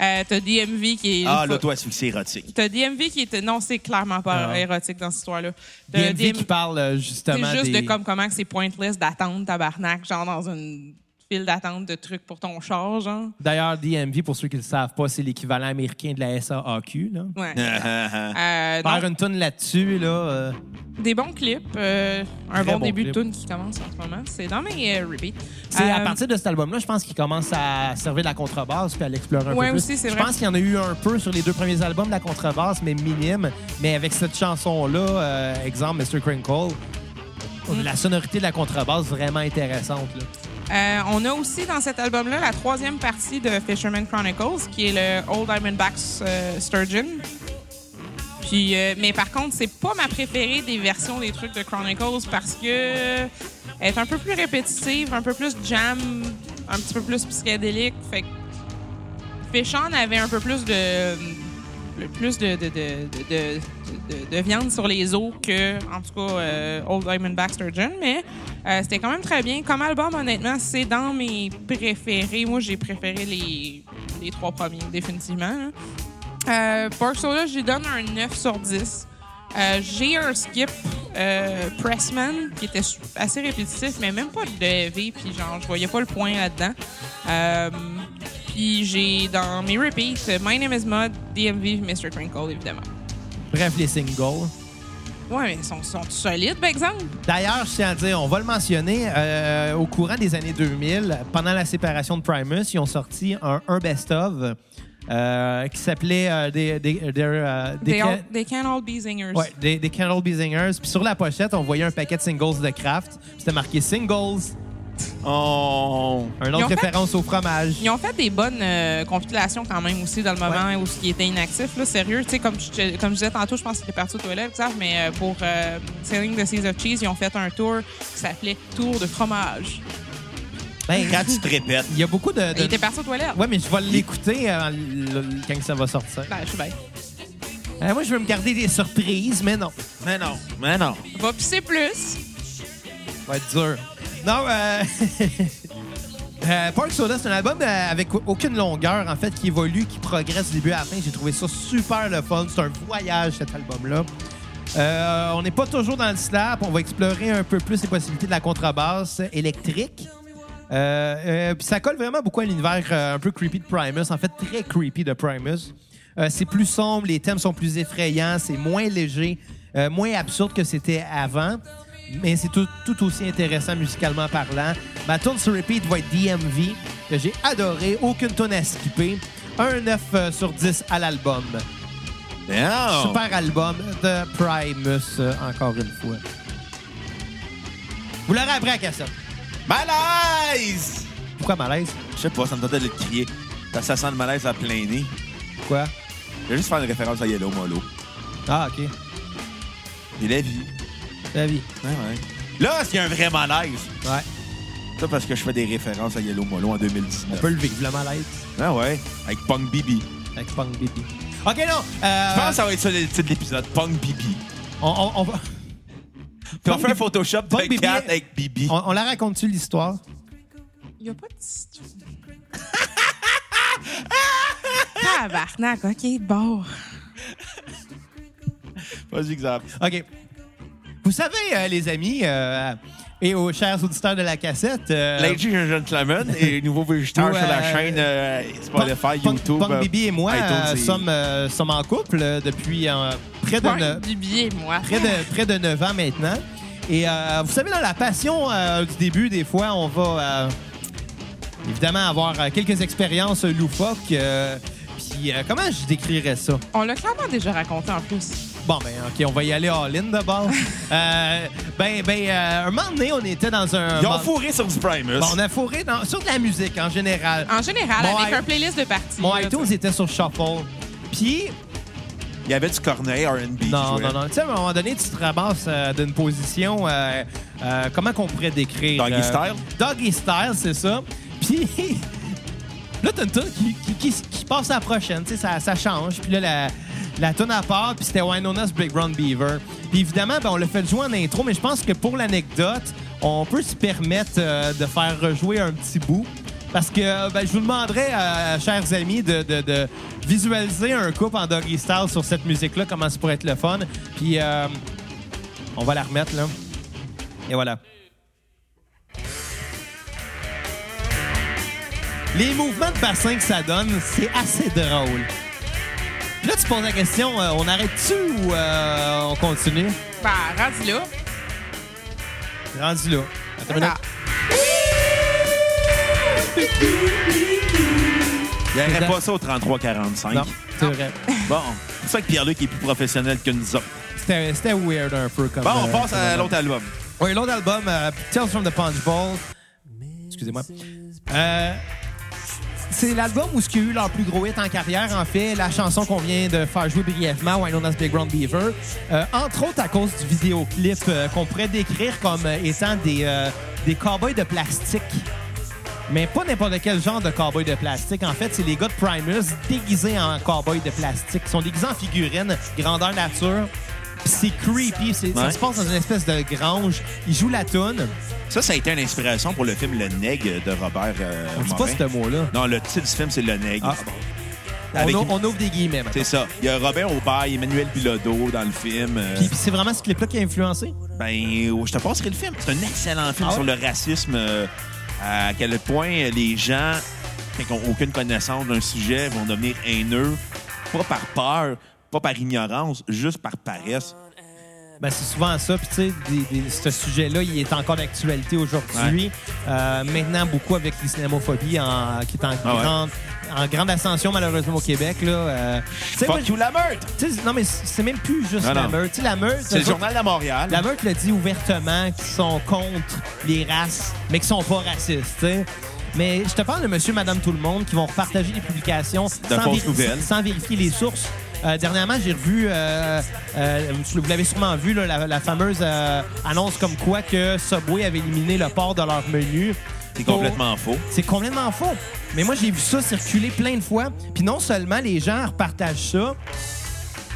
euh, t'as DMV qui est Ah, l'auto-asphyxie érotique. t'as DMV qui est non c'est clairement pas Ah. érotique dans cette histoire là. DMV qui parle euh, justement C'est juste des... de comme comment que c'est pointless d'attendre tabarnak genre dans une file d'attente de trucs pour ton char genre. D'ailleurs, DMV, pour ceux qui ne le savent pas, c'est l'équivalent américain de la SAAQ. Là. Ouais. Ah, ah, ah. Euh, donc, Faire une tonne là-dessus, là, euh, Des bons clips, euh, un Très bon, bon début clip. de tune qui commence en ce moment. C'est dans mes euh, repeats. c'est à Euh, partir de cet album-là, je pense qu'il commence à servir de la contrebasse puis à l'explorer un Ouais, peu plus. aussi, c'est je vrai. pense qu'il y en a eu un peu sur les deux premiers albums, la contrebasse, mais minime. Mais avec cette chanson-là, euh, exemple, Mr. Crinkle, Mm. la sonorité de la contrebasse vraiment intéressante. Là. euh, on a aussi dans cet album-là la troisième partie de Fisherman Chronicles, qui est le Old Diamondbacks euh, Sturgeon. Puis, euh, mais par contre, c'est pas ma préférée des versions des trucs de Chronicles parce que elle est un peu plus répétitive, un peu plus jam, un petit peu plus psychédélique. Fait que Fishon avait un peu plus de plus de, de, de, de, de- de- de viande sur les os que, en tout cas, euh, Old Diamondback Sturgeon, mais euh, c'était quand même très bien. Comme album, honnêtement, c'est dans mes préférés. Moi, j'ai préféré les, les trois premiers, définitivement. là. Euh, Park Soda, j'y donne un 9 sur 10. Euh, j'ai un skip euh, Pressman qui était su- assez répétitif, mais même pas de levé, puis genre, je voyais pas le point là-dedans. Euh, puis j'ai dans mes repeats euh, My Name is Mud, DMV, Mr. Crinkle, évidemment. Bref, les singles. Ouais, mais ils sont, sont solides, par exemple. D'ailleurs, je tiens à dire, on va le mentionner, euh, au courant des années 2000, pendant la séparation de Primus, ils ont sorti un, un best-of euh, qui s'appelait euh, des, des, des, euh, des They, ca- all- they can all be zingers. ouais, des- des Candle Bee Zingers. Puis sur la pochette, on voyait un paquet de singles de Kraft. Puis C'était marqué singles, Oh. un Ils autre ont fait- référence au fromage. Ils ont fait des bonnes euh, compilations quand même aussi dans le moment où ce qui était inactif. Là, sérieux, tu sais, comme, je- comme je disais tantôt, je pense qu'il était parti aux toilettes, ça, mais euh, pour euh, Selling the Seas of Cheese, ils ont fait un tour qui s'appelait Tour de fromage. Ben, Quand tu te répètes. il y a beaucoup de. Il de... était parti aux toilettes. Ouais, mais je vais l'écouter euh, le- quand ça va sortir. Ben, je suis bien. Euh, moi, je veux me garder des surprises, mais non. Mais non, mais non. Va pisser plus. va être dur. Non, euh... euh, Park Soda, c'est un album euh, avec aucune longueur, en fait, qui évolue, qui progresse du début à la fin. J'ai trouvé ça super le fun. C'est un voyage, cet album-là. Euh, on n'est pas toujours dans le slap. On va explorer un peu plus les possibilités de la contrebasse électrique. Euh, euh, puis ça colle vraiment beaucoup à l'univers euh, un peu creepy de Primus, en fait très creepy de Primus. Euh, c'est plus sombre, les thèmes sont plus effrayants, c'est moins léger, euh, moins absurde que c'était avant, mais c'est tout, tout aussi intéressant musicalement parlant. Ma tune sur repeat va être DMV, que j'ai adoré, aucune tune à skipper. Un 9 euh, sur 10 à l'album. Non. Oh. Super album de Primus, euh, encore une fois. Vous l'aurez appris à la cassette. Malaise! Pourquoi malaise? Je sais pas, ça me tentait de le crier. Ça, ça sent le malaise à plein nez. Pourquoi? Je vais juste faire une référence à Yellow Molo. Ah, OK. Il la vie. La vie. Ouais, ouais. Là, s'il y a un vrai malaise, Ouais. ça parce que je fais des références à Yellow Molo en 2019. On peut le vivre, le malaise, Ah ouais, avec Punk Bibi. avec Punk Bibi. OK, non. euh, Je pense que ça va être ça le titre de l'épisode, Punk Bibi. on, on, on va- Tu vas Punk faire un Bibi- Photoshop Punk de Bibi- Kat avec Bibi. on- on la raconte-tu, l'histoire? Il n'y a pas de petite- Tabarnak, OK, bon. Pas exemple. OK. Vous savez, euh, les amis, euh, et aux chers auditeurs de la cassette... euh, Lady Gentleman et nouveau végétaire Ouais. sur la chaîne euh, Spotify, Punk- YouTube. Punk euh, Bibi et moi iTunes euh, et- sommes, euh, sommes en couple euh, depuis euh, près, de Point ne- du billet, moi. près, de, près de 9 ans maintenant. Et euh, vous savez, dans la passion euh, du début, des fois, on va euh, évidemment avoir euh, quelques expériences loufoques. euh, Puis euh, comment je décrirais ça? On l'a clairement déjà raconté en plus. Bon, ben, OK, on va y aller all-in d'abord. Euh, ben, ben euh, un moment donné, on était dans un... Ils ont fourré sur du Primus. Bon, on a fourré dans- sur de la musique en général. En général, Mon avec i- un playlist de parties. Mon là, iTunes t'sais. était sur Shuffle. Puis, Il y avait du Corneille R&B. qui non, jouait. non, non. Tu sais, à un moment donné, tu te ramasses euh, d'une position. euh, euh, comment qu'on pourrait décrire Doggy style? Doggy style, c'est ça. Puis. Là, t'as une tune qui, qui, qui, qui passe à la prochaine, tu sais, ça, ça change. Puis là, la, la tune à part, puis c'était Winona's Big Brown Beaver. Puis évidemment, ben, on l'a fait jouer en intro, mais je pense que pour l'anecdote, on peut se permettre euh, de faire rejouer un petit bout. Parce que ben, je vous demanderais, euh, chers amis, de, de- de visualiser un couple en doggy style sur cette musique-là, comment ça pourrait être le fun. Puis euh, on va la remettre, là. Et voilà. Les mouvements de bassin que ça donne, c'est assez drôle. Puis là, tu poses la question, euh, on arrête-tu ou euh, on continue? Bah, rendu là. Rendu là. Attends une minute. Ah. Il n'y aurait Exact. pas ça au 33-45. Non, c'est vrai. Bon, c'est pour ça que Pierre-Luc est plus professionnel que nous autres. C'était c'était weird un peu comme. Bon, on euh, passe comme à album. l'autre album. Oui, l'autre album, euh, Tales from the Punch Bowl. Excusez-moi. Euh, c'est l'album où ce qui a eu leur plus gros hit en carrière, en fait, la chanson qu'on vient de faire jouer brièvement, Why Known as Big Brown Beaver, Euh, entre autres à cause du vidéoclip euh, qu'on pourrait décrire comme euh, étant des, euh, des cowboys de plastique. Mais pas n'importe quel genre de cowboy de plastique. En fait, c'est les gars de Primus déguisés en cowboy de plastique. Ils sont déguisés en figurines, grandeur nature. Puis c'est creepy. C'est- Ça Ouais. se passe dans une espèce de grange. Ils jouent la toune. Ça, ça a été une inspiration pour le film Le Nègre de Robert euh, On dit pas Morin. ce mot-là. Non, le titre du film, c'est Le Nègre. Ah, Avec- on, ou- on ouvre des guillemets. maintenant. C'est ça. Il y a Robert Aubert, Emmanuel Bilodeau dans le film. euh, Puis, puis c'est vraiment ce clip-là qui a influencé. Ben, oh, je te passerai le film. C'est un excellent film Ah ouais? sur le racisme. euh, à quel point euh, les gens, qui n'ont aucune connaissance d'un sujet, vont devenir haineux, pas par peur, pas par ignorance, juste par paresse. Ben, c'est souvent ça. Puis, tu sais, des- des- ce sujet-là, il est encore d'actualité aujourd'hui. Euh, maintenant, beaucoup avec l'islamophobie en- qui est en, Ah ouais. grande, en grande ascension, malheureusement, au Québec. Là. Euh, tu sais, moi, Fuck you, la meute! tu sais, non, mais c'est même plus juste Non, la non. meute. Tu sais, la meute, C'est le eux autres, journal de Montréal. La meute le dit ouvertement qu'ils sont contre les races, mais qu'ils sont pas racistes. tu sais. Mais je te parle de monsieur, madame, tout le monde qui vont partager des publications De sans, fausses nouvelles. sans vérifier les sources. Euh, dernièrement, j'ai revu, euh, euh, vous l'avez sûrement vu, là, la, la fameuse euh, annonce comme quoi que Subway avait éliminé le port de leur menu. C'est Pour- complètement faux. c'est complètement faux. Mais moi, j'ai vu ça circuler plein de fois. Puis non seulement les gens repartagent ça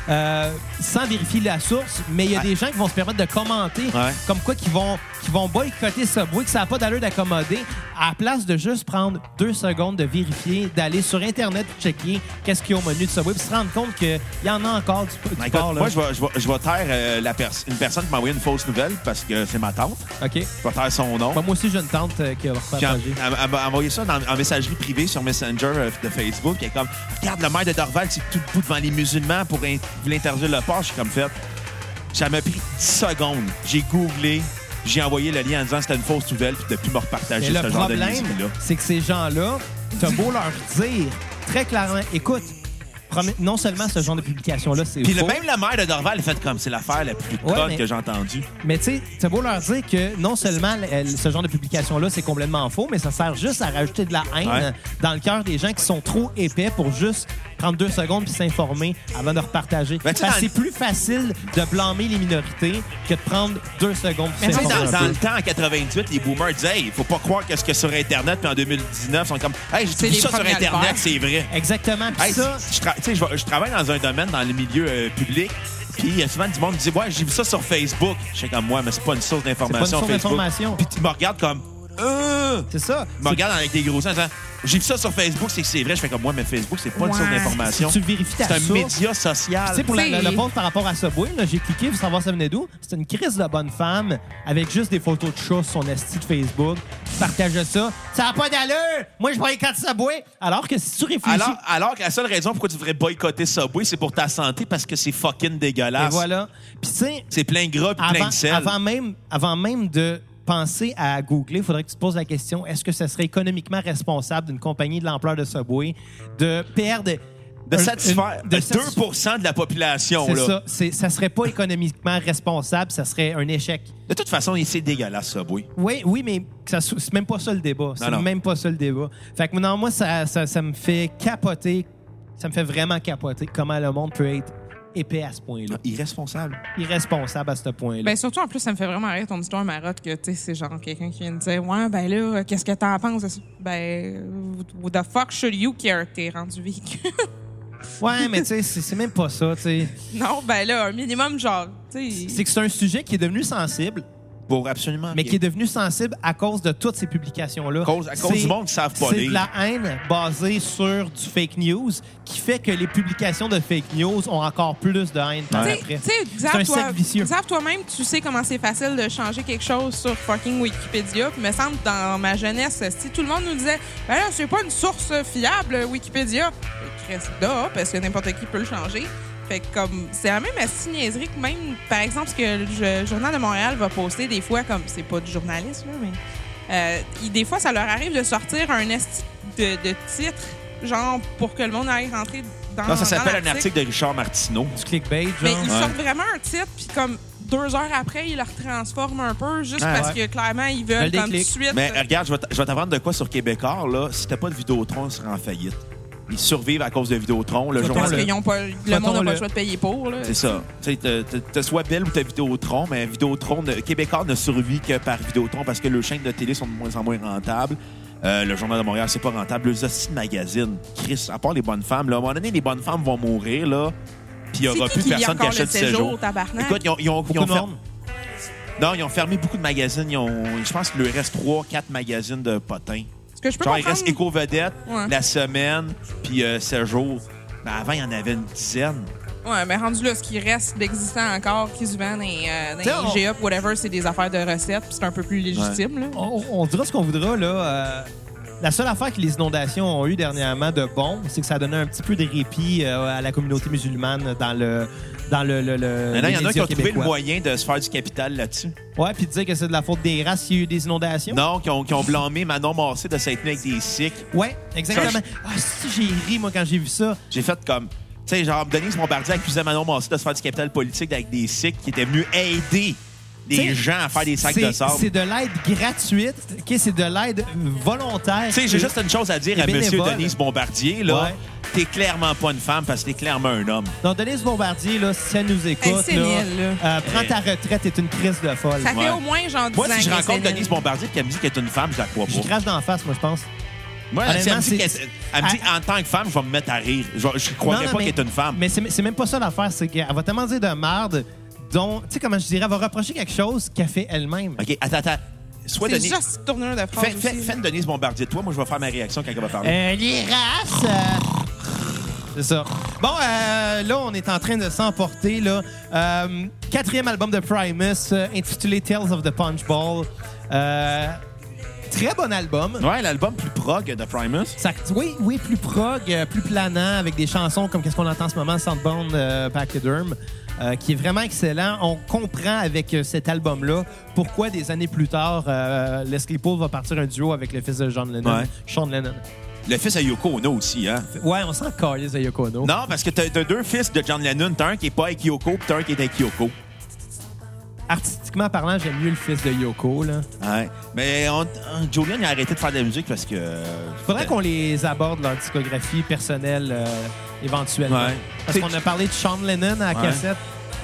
euh, sans vérifier la source, mais il y a des gens qui vont se permettre de commenter Ouais. comme quoi qui vont, qui vont boycotter Subway, que ça n'a pas d'allure d'accommoder, à la place de juste prendre deux secondes de vérifier, d'aller sur Internet checker qu'est-ce qu'il y a au menu de Subway, puis se rendre compte qu'il y en a encore du, du My God, porc, là. moi, je vais, je vais- je vais taire euh, la pers- une personne qui m'a envoyé une fausse nouvelle parce que c'est ma tante. OK. Je vais taire son nom. Bon, moi aussi, j'ai une tante euh, qui a Puis elle- repartagé. elle elle m'a envoyé ça dans- en messagerie privée sur Messenger euh, de Facebook. Elle est comme Regarde, le maire de Dorval, c'est tout debout devant les musulmans pour in- voulait interdire le port. Je suis comme fait. Ça m'a pris 10 secondes. J'ai googlé, j'ai envoyé le lien en disant que c'était une fausse nouvelle, puis depuis m'a repartagé Mais ce le genre de problème, niaiserie-là. c'est que ces gens-là, t'as beau leur dire très clairement, écoute, promet- non seulement ce genre de publication-là, c'est Puis le- faux, même la mère de Dorval a fait comme c'est l'affaire la plus Ouais, conne mais- que j'ai entendue. mais tu sais, c'est beau leur dire que non seulement euh, ce genre de publication-là, c'est complètement faux, mais ça sert juste à rajouter de la haine Ouais. dans le cœur des gens qui sont trop épais pour juste prendre deux secondes puis s'informer avant de repartager. Ben, tu sais, Parce que dans- c'est plus facile de blâmer les minorités que de prendre deux secondes Mais puis tu sais, dans, s'informer. un dans peu. le temps, en 88, les boomers disaient hey, faut pas croire que ce que sur Internet, puis en 2019, sont comme Hey, j'ai C'est vu les ça sur premiers à le Internet, faire. c'est vrai. Exactement. Puis Hey, ça, je, tra- tu sais, je vais- je travaille dans un domaine, dans le milieu euh, public, puis il y a souvent du monde qui dit Ouais, j'ai vu ça sur Facebook. Je sais comme moi, mais c'est pas une source d'information. source Facebook. d'information. Puis tu me regardes comme Euh! c'est ça. Tu me regardes avec des gros yeux en disant J'ai vu ça sur Facebook, c'est que c'est vrai. Je fais comme moi, mais Facebook, c'est pas une source Ouais. d'information. Tu vérifies ta C'est un source. média social. Tu sais, pour la- T'sais- le, le post par rapport à Subway, là, j'ai cliqué pour savoir ça venait d'où. C'était une crise de bonne femme avec juste des photos de chats sur son esti de Facebook. qui partageait ça. Ça n'a pas d'allure! Moi, je prends les quatre Subway! Alors que si tu réfléchis... Alors, alors que la seule raison pourquoi tu devrais boycotter Subway, c'est pour ta santé parce que c'est fucking Et dégueulasse. voilà. Puis tu sais, C'est plein de gras puis plein avant, de sel. avant même, avant même de penser à googler, il faudrait que tu te poses la question est-ce que ce serait économiquement responsable d'une compagnie de l'ampleur de Subway de perdre... de un- satisfaire une- de satisfaire- 2 de la population. C'est là. ça. C'est- Ça serait pas économiquement responsable, ça serait un échec. De toute façon, c'est dégueulasse, Subway. Oui, oui, mais ça sou- c'est même pas ça le débat. C'est non. même pas ça le débat. Fait que non, moi, ça, ça, ça me fait capoter. Ça me fait vraiment capoter comment le monde peut être épais à ce point-là. Irresponsable. Irresponsable à ce point-là. Ben surtout, en plus, ça me fait vraiment rire ton histoire, Marotte, que tu sais, c'est genre quelqu'un qui vient de dire Ouais, ben là, euh, qu'est-ce que t'en penses? de ça? Ben, what the fuck should you care? T'es rendu véhicule. ouais, mais tu sais, c'est c'est même pas ça. tu sais. non, ben là, un minimum, genre, tu C'est sais. que c'est un sujet qui est devenu sensible, Pour absolument. mais rien. qui est devenu sensible à cause de toutes ces publications-là. Cause- à cause C'est- du monde qui savent pas C'est lire. de la haine basée sur du fake news qui fait que les publications de fake news ont encore plus de haine par Tu sais, après. tu sais, un Xav, toi- cercle vicieux. Xav, toi-même, tu sais comment c'est facile de changer quelque chose sur fucking Wikipédia. Puis, me semble, dans ma jeunesse, si tout le monde nous disait, ben là, c'est pas une source fiable, Wikipédia, Ben, Chris, là, parce que n'importe qui peut le changer. Fait que, comme, c'est la même assez niaiserie que même, par exemple, ce que le J- Journal de Montréal va poster des fois, comme, c'est pas du journaliste, là, mais. euh, il- des fois, ça leur arrive de sortir un esti de, de titre, genre, pour que le monde aille rentrer dans. Non, ça dans s'appelle un Ah, l'article. article de Richard Martineau. Du clickbait, genre. Mais ils Ouais. sortent vraiment un titre, puis comme deux heures après, ils le retransforment un peu, juste Ah, parce que clairement, ils veulent Veulent des comme tout de clics. suite. euh, Mais regarde, je vais t- je vais t'apprendre de quoi sur Québécois. Là, si t'as pas de Vidéotron, on sera en faillite. Ils survivent à cause de Vidéotron. Le Faut journal. parce le- qu'ils ont pas, le monde n'a pas mettons-le. le choix de payer pour. Là. C'est ça. Tu sais, t'as- t'as- t'as soit Belle ou t'as Vidéotron, mais Vidéotron, ne- Québécois ne survit que par Vidéotron parce que les chaînes de télé sont de moins en moins rentables. Euh, le Journal de Montréal, c'est pas rentable. Les hosties de magazines, Chris, à part les bonnes femmes, là, à un moment donné, les bonnes femmes vont mourir, là, puis il y C'est aura qui plus qui lit personne qui encore le achète du séjour, séjour. tabarnak? Écoute, ils ont, ils ont- ils Beaucoup ont de fer- monde. non, ils ont fermé beaucoup de magazines. Ils ont, je pense qu'il leur reste 3 quatre magazines de potins. Ce que je peux Genre, il comprendre, reste Éco-Vedette, Ouais. La Semaine, puis euh, Séjour. Mais avant, il y en avait une dizaine. Euh, Ouais, mais rendu là, ce qui reste d'existant encore, qui se vend dans les, euh, dans les T'sais, on- IGA, puis whatever, c'est des affaires de recettes, puis c'est un peu plus légitime. Là. on, on dira ce qu'on voudra, là. euh, la seule affaire que les inondations ont eu dernièrement de bon, c'est que ça a donné un petit peu de répit euh, à la communauté musulmane dans le. Dans le, le, le- Maintenant, il y les en a qui médias ont trouvé le québécois. moyen de se faire du capital là-dessus. Ouais, puis de dire que c'est de la faute des races s'il y a eu des inondations. Non, qui ont, qui ont blâmé Manon Massé de s'être tenue avec des cycles. Ouais, exactement. Ah, si, j'ai ri, moi, quand j'ai vu ça. J'ai fait comme. Tu sais, genre, Denise Bombardier accusait Manon Massé de se faire du capital politique avec des cycles qui étaient venus aider des T'sais, gens à faire des sacs c'est- de sable. C'est de l'aide gratuite, OK? C'est de l'aide volontaire. Tu sais, j'ai juste une chose à dire Et à Monsieur bénévole. Denise Bombardier, là. Ouais. T'es clairement pas une femme parce que t'es clairement un homme. Non, Denise Bombardier, là, si elle nous écoute, Elle est sénile, là, euh, prends ta retraite, est une crise de folle. Ça fait Ouais. au moins genre 10 Moi, ans si je que rencontre c'est- Denise Bombardier qui me dit qu'elle est une femme, je la crois Je pas. crache dans la face, moi, je pense. Moi, si elle me dit, Honnêtement, c'est- qu'elle- elle me dit, en tant que femme, je vais me mettre à rire. Je, je croirais Non, non, pas mais- qu'elle est une femme. Mais c'est c'est même pas ça l'affaire, c'est qu'elle va tellement dire de merde, dont, tu sais, comment je dirais, elle va reprocher quelque chose qu'elle fait elle-même. OK, attends, attends. Soit C'est Denise. juste cette tournure de phrase Fais, fais- aussi. fais une Denise Bombardier de toi, moi, je vais faire ma réaction quand elle va parler. Euh, les races. euh, C'est ça. Bon, euh, là, on est en train de s'emporter. là. Euh, quatrième album de Primus, euh, intitulé Tales of the Punch Ball. Euh, très bon album. Ouais, l'album plus prog de Primus. Ça- oui, oui, plus prog, euh, plus planant, avec des chansons comme qu'est-ce qu'on entend en ce moment, Soundbound, euh, Pachyderm, euh, qui est vraiment excellent. On comprend avec euh, cet album-là pourquoi des années plus tard, euh, Les Claypool va partir un duo avec le fils de John Lennon, Ouais. Sean Lennon. Le fils à Yoko Ono aussi, hein? Ouais, on sent calisse à Yoko Ono. Non, parce que t'as t'as deux fils de John Lennon. T'as un qui est pas avec Yoko, puis t'as un qui est avec Yoko. Artistiquement parlant, j'aime mieux le fils de Yoko. Là. Ouais. Mais on, on- Julian, il a arrêté de faire de la musique parce que. euh, Faudrait qu'on les aborde leur discographie personnelle euh, éventuellement. Ouais. Parce C'est- qu'on a parlé de Sean Lennon à la Ouais. cassette.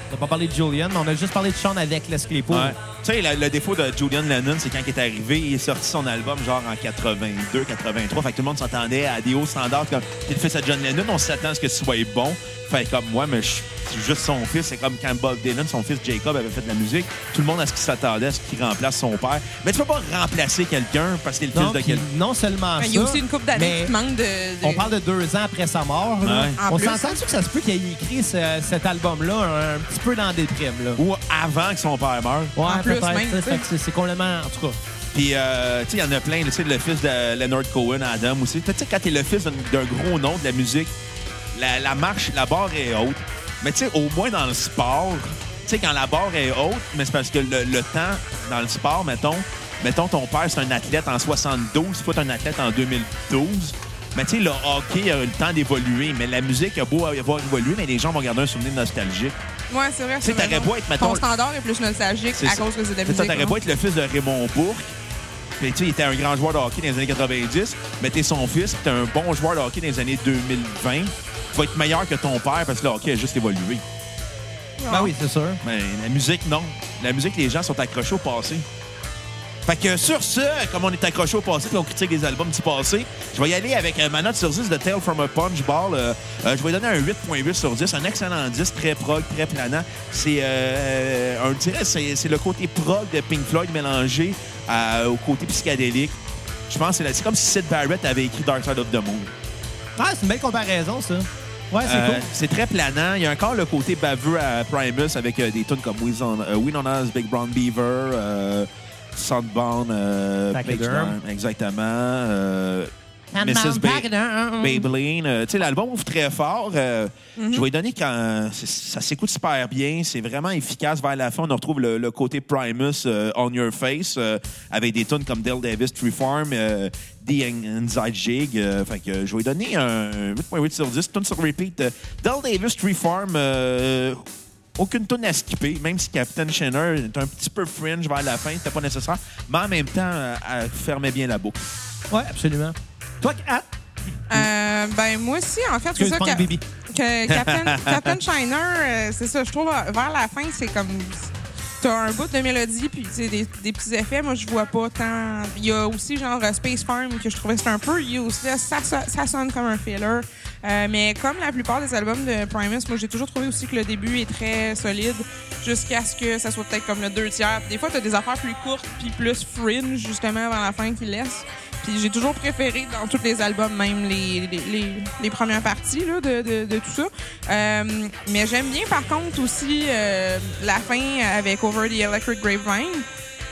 On n'a pas parlé de Julian, mais on a juste parlé de Sean avec Les Claypool. Ouais. Tu sais, la- le défaut de Julian Lennon, c'est quand il est arrivé, il est sorti son album genre en 82, 83. Fait que tout le monde s'attendait à des hauts standards. Comme, t'es le fils à John Lennon, on s'attend à ce que ce soit bon. Fait comme moi, mais je suis juste son fils. C'est comme quand Bob Dylan, son fils Jacob, avait fait de la musique. Tout le monde à ce qu'il s'attendait, à ce qu'il remplace son père. Mais tu peux pas remplacer quelqu'un parce qu'il est le Non, fils de puis quelqu'un. non seulement Il ça, y a aussi une coupe d'années mais qui te manque de. de- on parle de deux ans après sa mort. là. Ouais. En On plus. s'entend que ça se peut qu'il ait écrit ce- cet album-là un, un petit peu dans des primes. Là. Ou avant que son père meure. Ouais, En plus, peut-être, même, tu sais, tu sais. fait que c'est- C'est complètement... En tout cas, Puis, euh, tu sais, il y en a plein. là, Tu sais, le fils de Leonard Cohen, Adam aussi. Tu sais, quand t'es le fils d'un d'un gros nom de la musique, la, la marche, la barre est haute. Mais tu sais, au moins dans le sport, tu sais, quand la barre est haute, mais c'est parce que le, le temps dans le sport, mettons, mettons ton père, c'est un athlète en 72, toi, t'es un athlète en 2012. Mais tu sais, le hockey a eu le temps d'évoluer, mais la musique a beau avoir évolué, mais les gens vont garder un souvenir nostalgique. Ouais, c'est vrai. Tu sais, c'est t'aurais raison. beau être, mettons- Ton standard est plus nostalgique C'est à ça. cause que c'est de la C'est musique. ça, t'aurais hein. beau être le fils de Raymond Bourque. Puis, tu sais, il était un grand joueur de hockey dans les années 90, mais t'es son fils, puis t'es un bon joueur de hockey dans les années 2020. Tu vas être meilleur que ton père parce que le hockey a juste évolué. ben oui, c'est sûr. Mais la musique, non. La musique, les gens sont accrochés au passé. Fait que sur ce, comme on est accroché au passé et on critique les albums du passé, je vais y aller avec euh, ma note sur 10 de Tale from a Punch Ball. Euh, euh, je vais donner un 8.8 sur 10, un excellent 10, très prog, très planant. C'est, euh, on dirait, c'est, c'est le côté prog de Pink Floyd mélangé à- au côté psychédélique. Je pense que c'est, la- c'est comme si Sid Barrett avait écrit Dark Side of the Moon. Ah, c'est une belle comparaison, ça. Ouais, c'est Euh, cool. C'est très planant. Il y a encore le côté baveux à Primus avec euh, des tunes comme Win on, euh, Win on Us, Big Brown Beaver, euh, Sunbound, euh, Pachyderm. Pachyderm, exactement. euh, Mrs. Ba- Babeline. Euh, tu sais, l'album ouvre très fort. Euh, Je vais lui donner quand c'est- ça s'écoute super bien. C'est vraiment efficace vers la fin. On retrouve le, le côté Primus euh, on your face euh, avec des tunes comme Dale Davis, Tree Farm, euh, The An- Inside Jig. Euh, fait que euh, je vais lui donner un 8.8 sur 10. Tune sur repeat. euh, Dale Davis, Tree Farm. euh, aucune tune à skipper, même si Captain Shanner est un petit peu fringe vers la fin, c'était pas nécessaire. Mais en même temps, euh, elle fermait bien la boucle. Ouais, absolument. Toi, ah, Euh, ben, moi aussi, en fait, c'est excuse ça Punk que. Baby. que Captain, Captain Shiner, euh, c'est ça, je trouve, euh, vers la fin, c'est comme. T'as un bout de mélodie, puis tu sais, des, des petits effets, moi, je vois pas tant. Il y a aussi, genre, euh, Space Farm, que je trouvais c'était un peu useless. Ça, so- ça sonne comme un filler. Euh, mais comme la plupart des albums de Primus, moi, j'ai toujours trouvé aussi que le début est très solide, jusqu'à ce que ça soit peut-être comme le deux tiers. Puis Des fois, t'as des affaires plus courtes, puis plus fringe, justement, avant la fin qui laisse. Puis j'ai toujours préféré dans tous les albums, même les, les, les- les premières parties là, de, de- de tout ça. Euh, mais j'aime bien par contre aussi euh, la fin avec Over the Electric Grapevine.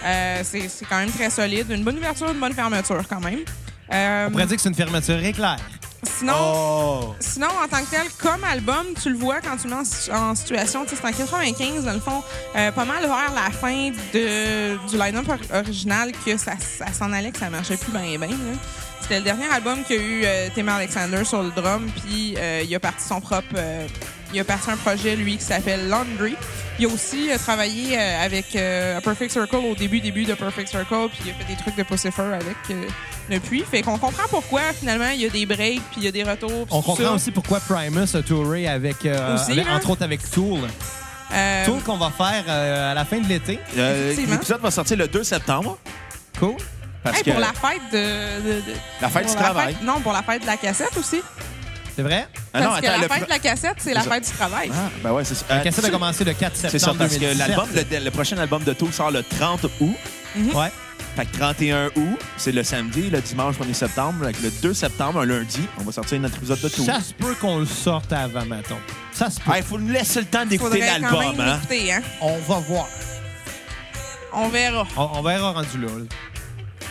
Euh, c'est c'est quand même très solide. Une bonne ouverture, une bonne fermeture quand même. Euh, On pourrait dire que c'est une fermeture éclair. sinon, Oh! sinon, en tant que tel, comme album, tu le vois quand tu le mets en, si- en situation, tu sais, c'est en 95, dans le fond, euh, pas mal vers la fin de, du line-up or- original que ça, ça s'en allait, que ça marchait plus bien, bien. là. C'était le dernier album qu'il y a eu euh, Tim Alexander sur le drum, puis euh, il a parti son propre. euh, il a parti un projet, lui, qui s'appelle Laundry. Il a aussi euh, travaillé euh, avec euh, Perfect Circle au début, début de Perfect Circle, puis il a fait des trucs de Pussifer avec euh, depuis. Fait qu'on comprend pourquoi, finalement, il y a des breaks, puis il y a des retours. puis On tout ça. comprend aussi pourquoi Primus a touré avec, euh, Aussi, avec- hein? entre autres avec Tool. Euh, Tool qu'on va faire euh, à la fin de l'été. Euh, Effectivement. L'épisode va sortir le 2 septembre. Cool. Parce hey, que pour la fête de. de- de- La fête pour du travail. fête- non, pour la fête de la cassette aussi. C'est vrai? Ah parce non, que attends, la le fête pro- de la cassette, c'est la ça. fête du travail. Ah, ben ouais, c'est ça. Euh, La cassette a commencé le 4 septembre C'est ça, parce 2017. que l'album, le, le prochain album de Tool sort le 30 août. Ouais. Fait que 31 août, c'est le samedi, le dimanche 1er septembre. Fait que le 2 septembre, un lundi, on va sortir notre épisode de Tool. Ça se peut qu'on le sorte avant, mettons. Ça se peut. Il faut nous laisser le temps d'écouter Faudrait quand même l'album. Hein? l'écouter, hein. On va voir. On verra. On, on verra rendu là. là.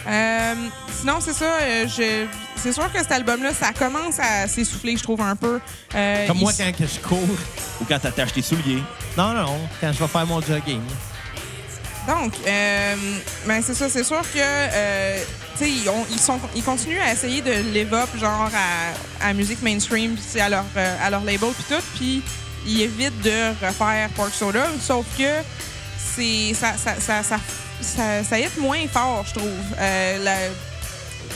Euh, sinon, c'est ça. euh, je... C'est sûr que cet album-là, ça commence à s'essouffler, je trouve, un peu. Euh, Comme moi il- quand que je cours. Ou quand t'attaches tes souliers. Non, non, non. Quand je vais faire mon jogging. Donc, euh, ben, c'est ça. C'est sûr que euh, tu sais, ils, ont- ils sont, ils continuent à essayer de live up, genre, à, à musique mainstream, puis tu sais, à leur, euh, à leur label, puis tout, puis ils évitent de refaire Pork Soda, sauf que c'est ça, ça, ça, ça, ça, ça hit moins fort, je trouve. Euh, la-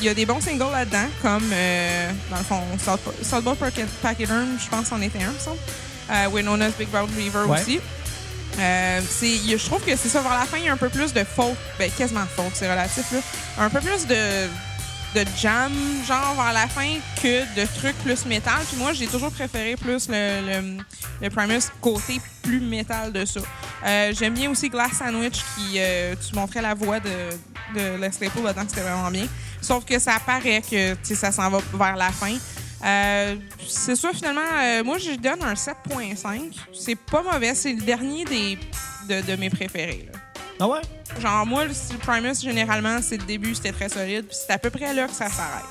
il y a des bons singles là-dedans, comme, euh, dans le fond, South- Southpaw Packet, Packet Arm, je pense en était un, ça. Euh, Winona's Big Brown River Ouais. aussi. Euh, c'est- il y a- je trouve que c'est ça. Vers la fin, il y a un peu plus de folk. Ben, quasiment folk, c'est relatif. Là. Un peu plus de, de jam, genre, vers la fin, que de trucs plus métal. Puis moi, j'ai toujours préféré plus le, le, le Primus côté plus métal de ça. Euh, J'aime bien aussi Glass Sandwich, qui euh, tu montrais la voix de, de Les Claypool là-dedans, c'était vraiment bien. Sauf que ça paraît que tu sais, ça s'en va vers la fin. Euh, c'est ça, finalement, euh, moi, je donne un 7.5. C'est pas mauvais. C'est le dernier des, de, de mes préférés. là. Ah ouais? Genre, moi, le style Primus, généralement, c'est le début, c'était très solide. Puis c'est à peu près là que ça s'arrête.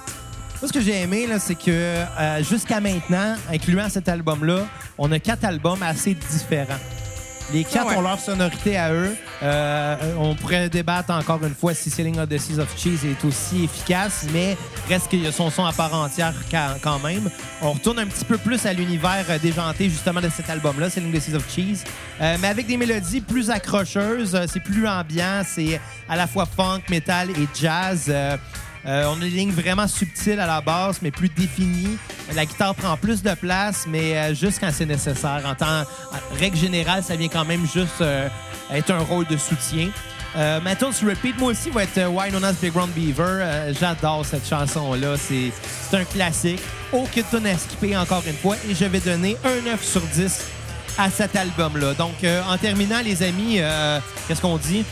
Moi, ce que j'ai aimé, là, c'est que euh, jusqu'à maintenant, incluant cet album-là, on a quatre albums assez différents. Les quatre ouais. ont leur sonorité à eux. Euh, on pourrait débattre encore une fois si Selling Odysseys of Cheese est aussi efficace, mais reste qu'il y a son son à part entière ca- quand même. On retourne un petit peu plus à l'univers euh, déjanté justement de cet album-là, Selling Odysseys of Cheese, Euh, mais avec des mélodies plus accrocheuses, euh, c'est plus ambiant, c'est à la fois funk, metal et jazz. Euh, euh, on a des lignes vraiment subtiles à la base, mais plus définies. La guitare prend plus de place, mais euh, juste quand c'est nécessaire. En temps, en règle générale, ça vient quand même juste euh, être un rôle de soutien. Euh, ma tune sur repeat, moi aussi, va être euh, Why Known as Background Beaver. Euh, J'adore cette chanson-là. C'est c'est un classique. Aucune tune à skipper, encore une fois. Et je vais donner un 9 sur 10 à cet album-là. Donc, euh, en terminant, les amis, euh, qu'est-ce qu'on dit?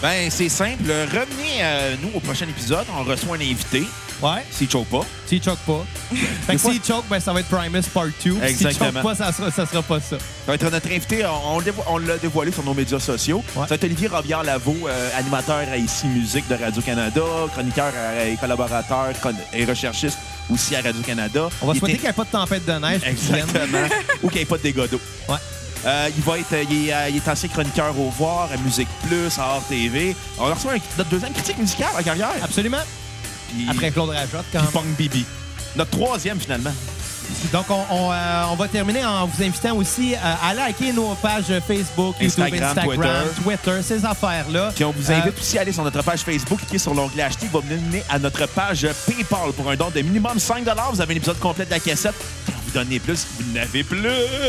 Ben, c'est simple. Revenez euh, nous au prochain épisode. On reçoit un invité, Ouais. s'il choque pas. S'il choque pas. fait que fois- s'il choque, ben, ça va être Primus Part 2. S'il choque Exactement. pas, ça sera, ça sera pas ça. Ça va être notre invité. On, on dévo- on l'a dévoilé sur nos médias sociaux. Ouais. Ça va être Olivier Robillard Lavaux, euh, animateur à ICI Musique de Radio-Canada, chroniqueur euh, et collaborateur con- et recherchiste aussi à Radio-Canada. On va Il souhaiter était- qu'il n'y ait pas de tempête de neige. puis qu'il vienne. Exactement. Ou qu'il n'y ait pas de dégâts d'eau. Ouais. Euh, il, va être, euh, il, est, euh, il est ancien chroniqueur au Voir, à Musique Plus, à Art TV. On a reçu un- notre deuxième critique musicale en carrière. Absolument. Puis- Après Claude Rajotte, quand puis Funk Bibi. Notre troisième, finalement. Donc, on, on, euh, on va terminer en vous invitant aussi euh, à liker nos pages Facebook, YouTube, Instagram, Instagram, Twitter, ces affaires-là. Puis on vous invite aussi à aller sur notre page Facebook, cliquer sur l'onglet acheter, il va vous mener à notre page PayPal pour un don de minimum 5 Vous avez un épisode complet de la cassette. Quand vous donnez plus, vous n'avez plus.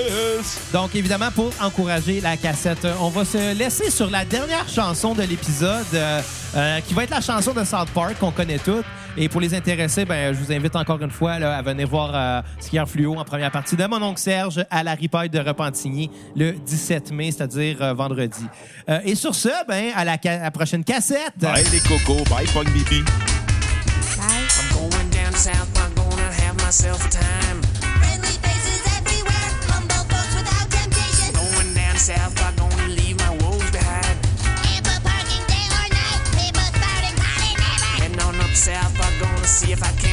Euh, donc, évidemment, pour encourager la cassette, euh, on va se laisser sur la dernière chanson de l'épisode, euh, euh, qui va être la chanson de South Park qu'on connaît toutes. Et pour les intéressés, ben, je vous invite encore une fois là, à venir voir euh, Skier Fluo en première partie de mon oncle Serge à la ripaille de Repentigny le 17 mai, c'est-à-dire euh, vendredi. Euh, et sur ce, ben, à la, ca- à la prochaine cassette. Bye les cocos, bye Pog Bibi. Bye. I'm going down south, I'm gonna have myself a time. Friendly faces everywhere, humble folks without temptation. Going down south, I'm gonna leave my woes behind. Ample parking day or night, people spouting hot and heavy. Heading on up south, I'm gonna see if I can